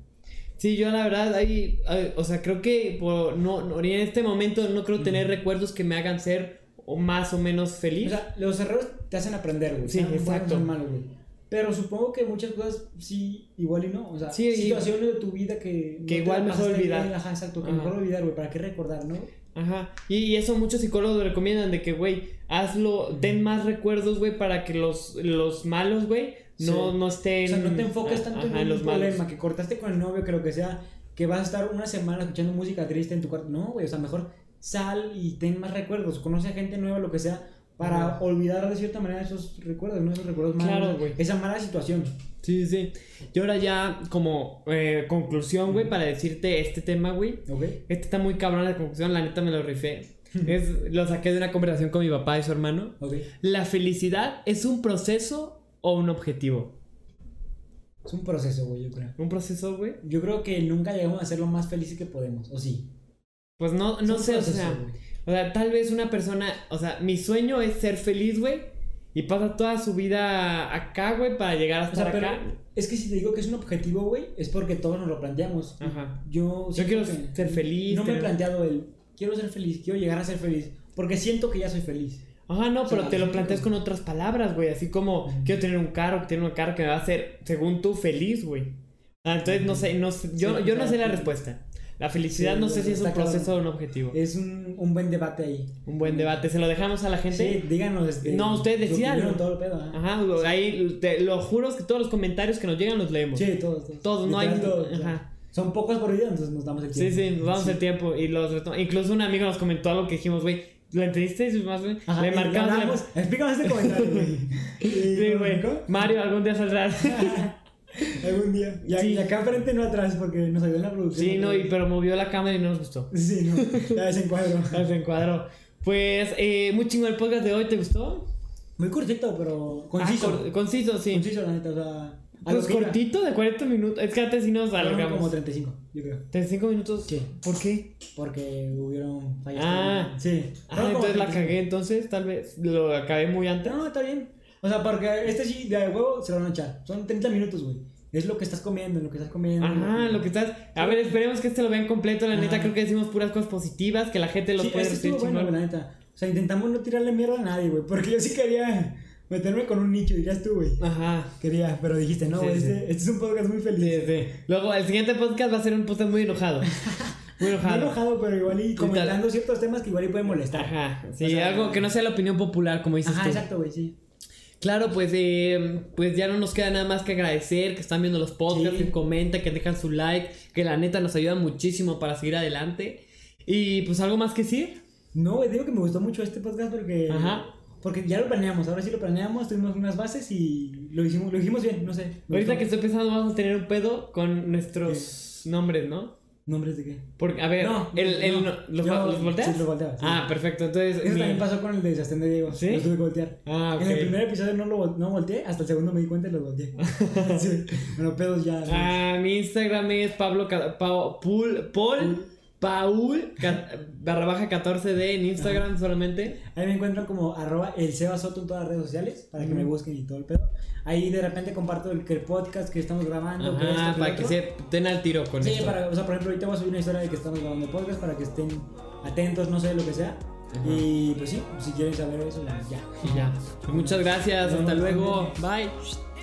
Speaker 2: Sí, yo la verdad, ahí, ahí, o sea, creo que por, no, no- en este momento no creo tener recuerdos que me hagan ser o más o menos
Speaker 1: O
Speaker 2: feliz.
Speaker 1: sea, los errores te hacen aprender, güey.
Speaker 2: Sí,
Speaker 1: Sean buenos,
Speaker 2: exacto.
Speaker 1: sean malos, güey. Pero supongo que muchas cosas sí, igual y no. O sea,
Speaker 2: Sí, y-
Speaker 1: situaciones de tu vida que. no te
Speaker 2: igual
Speaker 1: la
Speaker 2: mejor
Speaker 1: pasaste
Speaker 2: olvidar.
Speaker 1: bien, ajá, exacto, que
Speaker 2: Ajá.
Speaker 1: mejor olvidar, güey. ¿Para qué recordar, no?
Speaker 2: Ajá. Y, y eso muchos psicólogos recomiendan de que, güey, hazlo, ten más recuerdos, güey, para que los, los malos, güey, no,
Speaker 1: Sí.
Speaker 2: no estén...
Speaker 1: O sea, no te enfoques
Speaker 2: ah,
Speaker 1: tanto
Speaker 2: ajá,
Speaker 1: en un
Speaker 2: los
Speaker 1: problema,
Speaker 2: malos.
Speaker 1: que cortaste con el novio, que lo que sea, que vas a estar una semana escuchando música triste en tu cuarto. No, güey, o sea, mejor sal y ten más recuerdos, conoce a gente nueva, lo que sea, para
Speaker 2: Ajá.
Speaker 1: olvidar de cierta manera esos recuerdos, ¿no? Esos recuerdos malos,
Speaker 2: Claro, güey.
Speaker 1: esa mala situación.
Speaker 2: Sí, sí. Y ahora ya como eh, conclusión, güey, para decirte este tema, güey.
Speaker 1: ¿Ok?
Speaker 2: Este está muy cabrón la conclusión, la neta me lo rifé. Es, lo saqué de una conversación con mi papá y su hermano.
Speaker 1: Ok.
Speaker 2: ¿La felicidad es un proceso o un objetivo?
Speaker 1: Es un proceso, güey, yo creo.
Speaker 2: ¿Un proceso, güey?
Speaker 1: Yo creo que nunca llegamos a ser lo más felices que podemos, ¿o sí?
Speaker 2: Pues no, no
Speaker 1: Es un
Speaker 2: sé, o
Speaker 1: proceso,
Speaker 2: sea,
Speaker 1: güey.
Speaker 2: o sea, tal vez una persona, o sea, mi sueño es ser feliz, güey, y pasa toda su vida acá, güey, para llegar
Speaker 1: O
Speaker 2: hasta
Speaker 1: sea, pero
Speaker 2: acá.
Speaker 1: es que si te digo que es un objetivo, güey, es porque todos nos lo planteamos.
Speaker 2: Ajá.
Speaker 1: Yo, siento
Speaker 2: quiero
Speaker 1: que
Speaker 2: ser feliz,
Speaker 1: No me he
Speaker 2: tener-
Speaker 1: planteado el quiero ser feliz, quiero llegar a ser feliz, porque siento que ya soy feliz.
Speaker 2: Ajá, no, pero
Speaker 1: sea,
Speaker 2: te lo
Speaker 1: sí,
Speaker 2: planteas
Speaker 1: güey.
Speaker 2: con otras palabras, güey, así como quiero tener un carro, tener un carro que me va a hacer, según tú, feliz, güey. Ah, entonces no sé, no sé, yo,
Speaker 1: Sí,
Speaker 2: yo no sé la
Speaker 1: claro.
Speaker 2: respuesta. La felicidad
Speaker 1: Sí,
Speaker 2: no
Speaker 1: güey,
Speaker 2: sé si es un
Speaker 1: está cabrón.
Speaker 2: proceso o un objetivo.
Speaker 1: Es un, un buen debate ahí.
Speaker 2: Un buen debate, se lo dejamos a la gente.
Speaker 1: Sí, díganos. este,
Speaker 2: No, ustedes
Speaker 1: su
Speaker 2: decidan,
Speaker 1: opinión,
Speaker 2: ¿no?
Speaker 1: todo el pedo, ¿eh? ajá.
Speaker 2: Ajá, güey, ahí te, lo juro que todos los comentarios que nos llegan los leemos. Sí,
Speaker 1: Sí, todos. Todos,
Speaker 2: Todos, no hay-
Speaker 1: Literal, todos,
Speaker 2: ajá.
Speaker 1: ajá. Son pocos por video, entonces nos damos el
Speaker 2: sí,
Speaker 1: tiempo.
Speaker 2: nos damos el tiempo y los retom- Incluso un amigo nos comentó algo que dijimos, güey, ¿lo entendiste? Y más, güey,
Speaker 1: Ajá,
Speaker 2: le
Speaker 1: y hablamos-
Speaker 2: marcamos.
Speaker 1: Explícanos este comentario, güey.
Speaker 2: le-
Speaker 1: Y
Speaker 2: Sí,
Speaker 1: nos
Speaker 2: güey.
Speaker 1: marcó.
Speaker 2: Mario, algún día saldrás.
Speaker 1: Algún día. Y, a-
Speaker 2: Sí.
Speaker 1: y acá frente no atrás, porque nos ayudó en la producción.
Speaker 2: sí, no, y, pero movió la cámara y no nos gustó.
Speaker 1: Sí, no, ya desencuadro.
Speaker 2: Se encuadró. Pues, eh, muy chingón el podcast de hoy, ¿te gustó?
Speaker 1: Muy cortito, pero conciso.
Speaker 2: Ah, cor- conciso, sí.
Speaker 1: Conciso, la neta, o sea. A lo
Speaker 2: Pues
Speaker 1: que iba.
Speaker 2: cortito, de 40 minutos. Es que antes sí nos
Speaker 1: Fueron
Speaker 2: alargamos.
Speaker 1: como 35, yo creo.
Speaker 2: 35 minutos.
Speaker 1: Sí.
Speaker 2: ¿Por qué?
Speaker 1: Porque hubieron fallas.
Speaker 2: Ah.
Speaker 1: sí.
Speaker 2: Ah,
Speaker 1: Fueron como
Speaker 2: entonces la
Speaker 1: 35.
Speaker 2: cagué, entonces tal vez lo acabé muy antes.
Speaker 1: No, está bien. O sea, porque este sí, de huevo, se lo van a echar. Son 30 minutos, güey. Es lo que estás comiendo, lo que estás comiendo.
Speaker 2: Ajá, lo que estás. A ver, esperemos que este lo vean completo. La neta,
Speaker 1: Ajá.
Speaker 2: creo que decimos puras cosas positivas, que la gente lo
Speaker 1: Sí,
Speaker 2: puede
Speaker 1: este estuvo
Speaker 2: recibir
Speaker 1: bueno,
Speaker 2: chingón.
Speaker 1: güey, la neta. O sea, intentamos no tirarle mierda a nadie, güey. Porque yo sí quería meterme con un nicho, dirías tú, güey.
Speaker 2: Ajá.
Speaker 1: Quería, pero dijiste, no,
Speaker 2: Sí,
Speaker 1: güey,
Speaker 2: sí.
Speaker 1: este, este es un podcast muy feliz.
Speaker 2: Sí, sí. Luego, el siguiente podcast va a ser un podcast muy enojado. Muy
Speaker 1: No
Speaker 2: enojado.
Speaker 1: enojado, pero igual y
Speaker 2: tal?
Speaker 1: comentando ciertos temas que igual y pueden molestar.
Speaker 2: Ajá. Sí,
Speaker 1: O sea,
Speaker 2: algo que no sea la opinión popular, como dices
Speaker 1: Ajá,
Speaker 2: tú.
Speaker 1: exacto, güey, sí.
Speaker 2: Claro, pues, eh, pues ya no nos queda nada más que agradecer que están viendo los podcasts,
Speaker 1: Sí.
Speaker 2: que comentan, que dejan su like, que la neta nos ayuda muchísimo para seguir adelante. Y pues algo más que decir.
Speaker 1: No, güey, digo que me gustó mucho este podcast porque.
Speaker 2: Ajá.
Speaker 1: Porque ya lo planeamos, ahora sí lo planeamos, tuvimos unas bases y lo hicimos, lo dijimos bien, no sé. me
Speaker 2: Ahorita
Speaker 1: gustó.
Speaker 2: que estoy pensando, vamos a tener un pedo con nuestros nombres, ¿no?
Speaker 1: ¿Nombres de qué?
Speaker 2: Porque, a ver,
Speaker 1: No,
Speaker 2: el, el-
Speaker 1: no.
Speaker 2: ¿los,
Speaker 1: Yo-
Speaker 2: ¿los volteas?
Speaker 1: sí, los volteo, sí.
Speaker 2: Ah, perfecto. Entonces.
Speaker 1: Eso
Speaker 2: mi-
Speaker 1: también pasó con el de Sebastián de Diego.
Speaker 2: ¿Sí?
Speaker 1: Lo tuve que voltear.
Speaker 2: Ah,
Speaker 1: En el
Speaker 2: ok.
Speaker 1: primer episodio no lo vol- no volteé, hasta el segundo me di cuenta y lo volteé. sí. Bueno, pedos ya.
Speaker 2: Ah, mi Instagram es Pablo Ca- Pao- Pul- Paul Paul ca- barra baja 14D en Instagram solamente.
Speaker 1: Ahí me encuentran como arroba el Seba Soto en todas las redes sociales para que me busquen y todo el pedo. Ahí de repente comparto el, que el podcast que estamos grabando. que esto,
Speaker 2: Ajá,
Speaker 1: que
Speaker 2: para
Speaker 1: lo
Speaker 2: que
Speaker 1: otro.
Speaker 2: se den al tiro con
Speaker 1: Sí,
Speaker 2: esto.
Speaker 1: para, o sea, por ejemplo, ahorita voy a subir una historia de que estamos grabando podcast para que estén atentos, no sé, lo que sea. Y pues sí, si quieren saber eso, ya.
Speaker 2: Y ya. Muchas gracias,
Speaker 1: Nos
Speaker 2: hasta
Speaker 1: vemos.
Speaker 2: luego. Bye.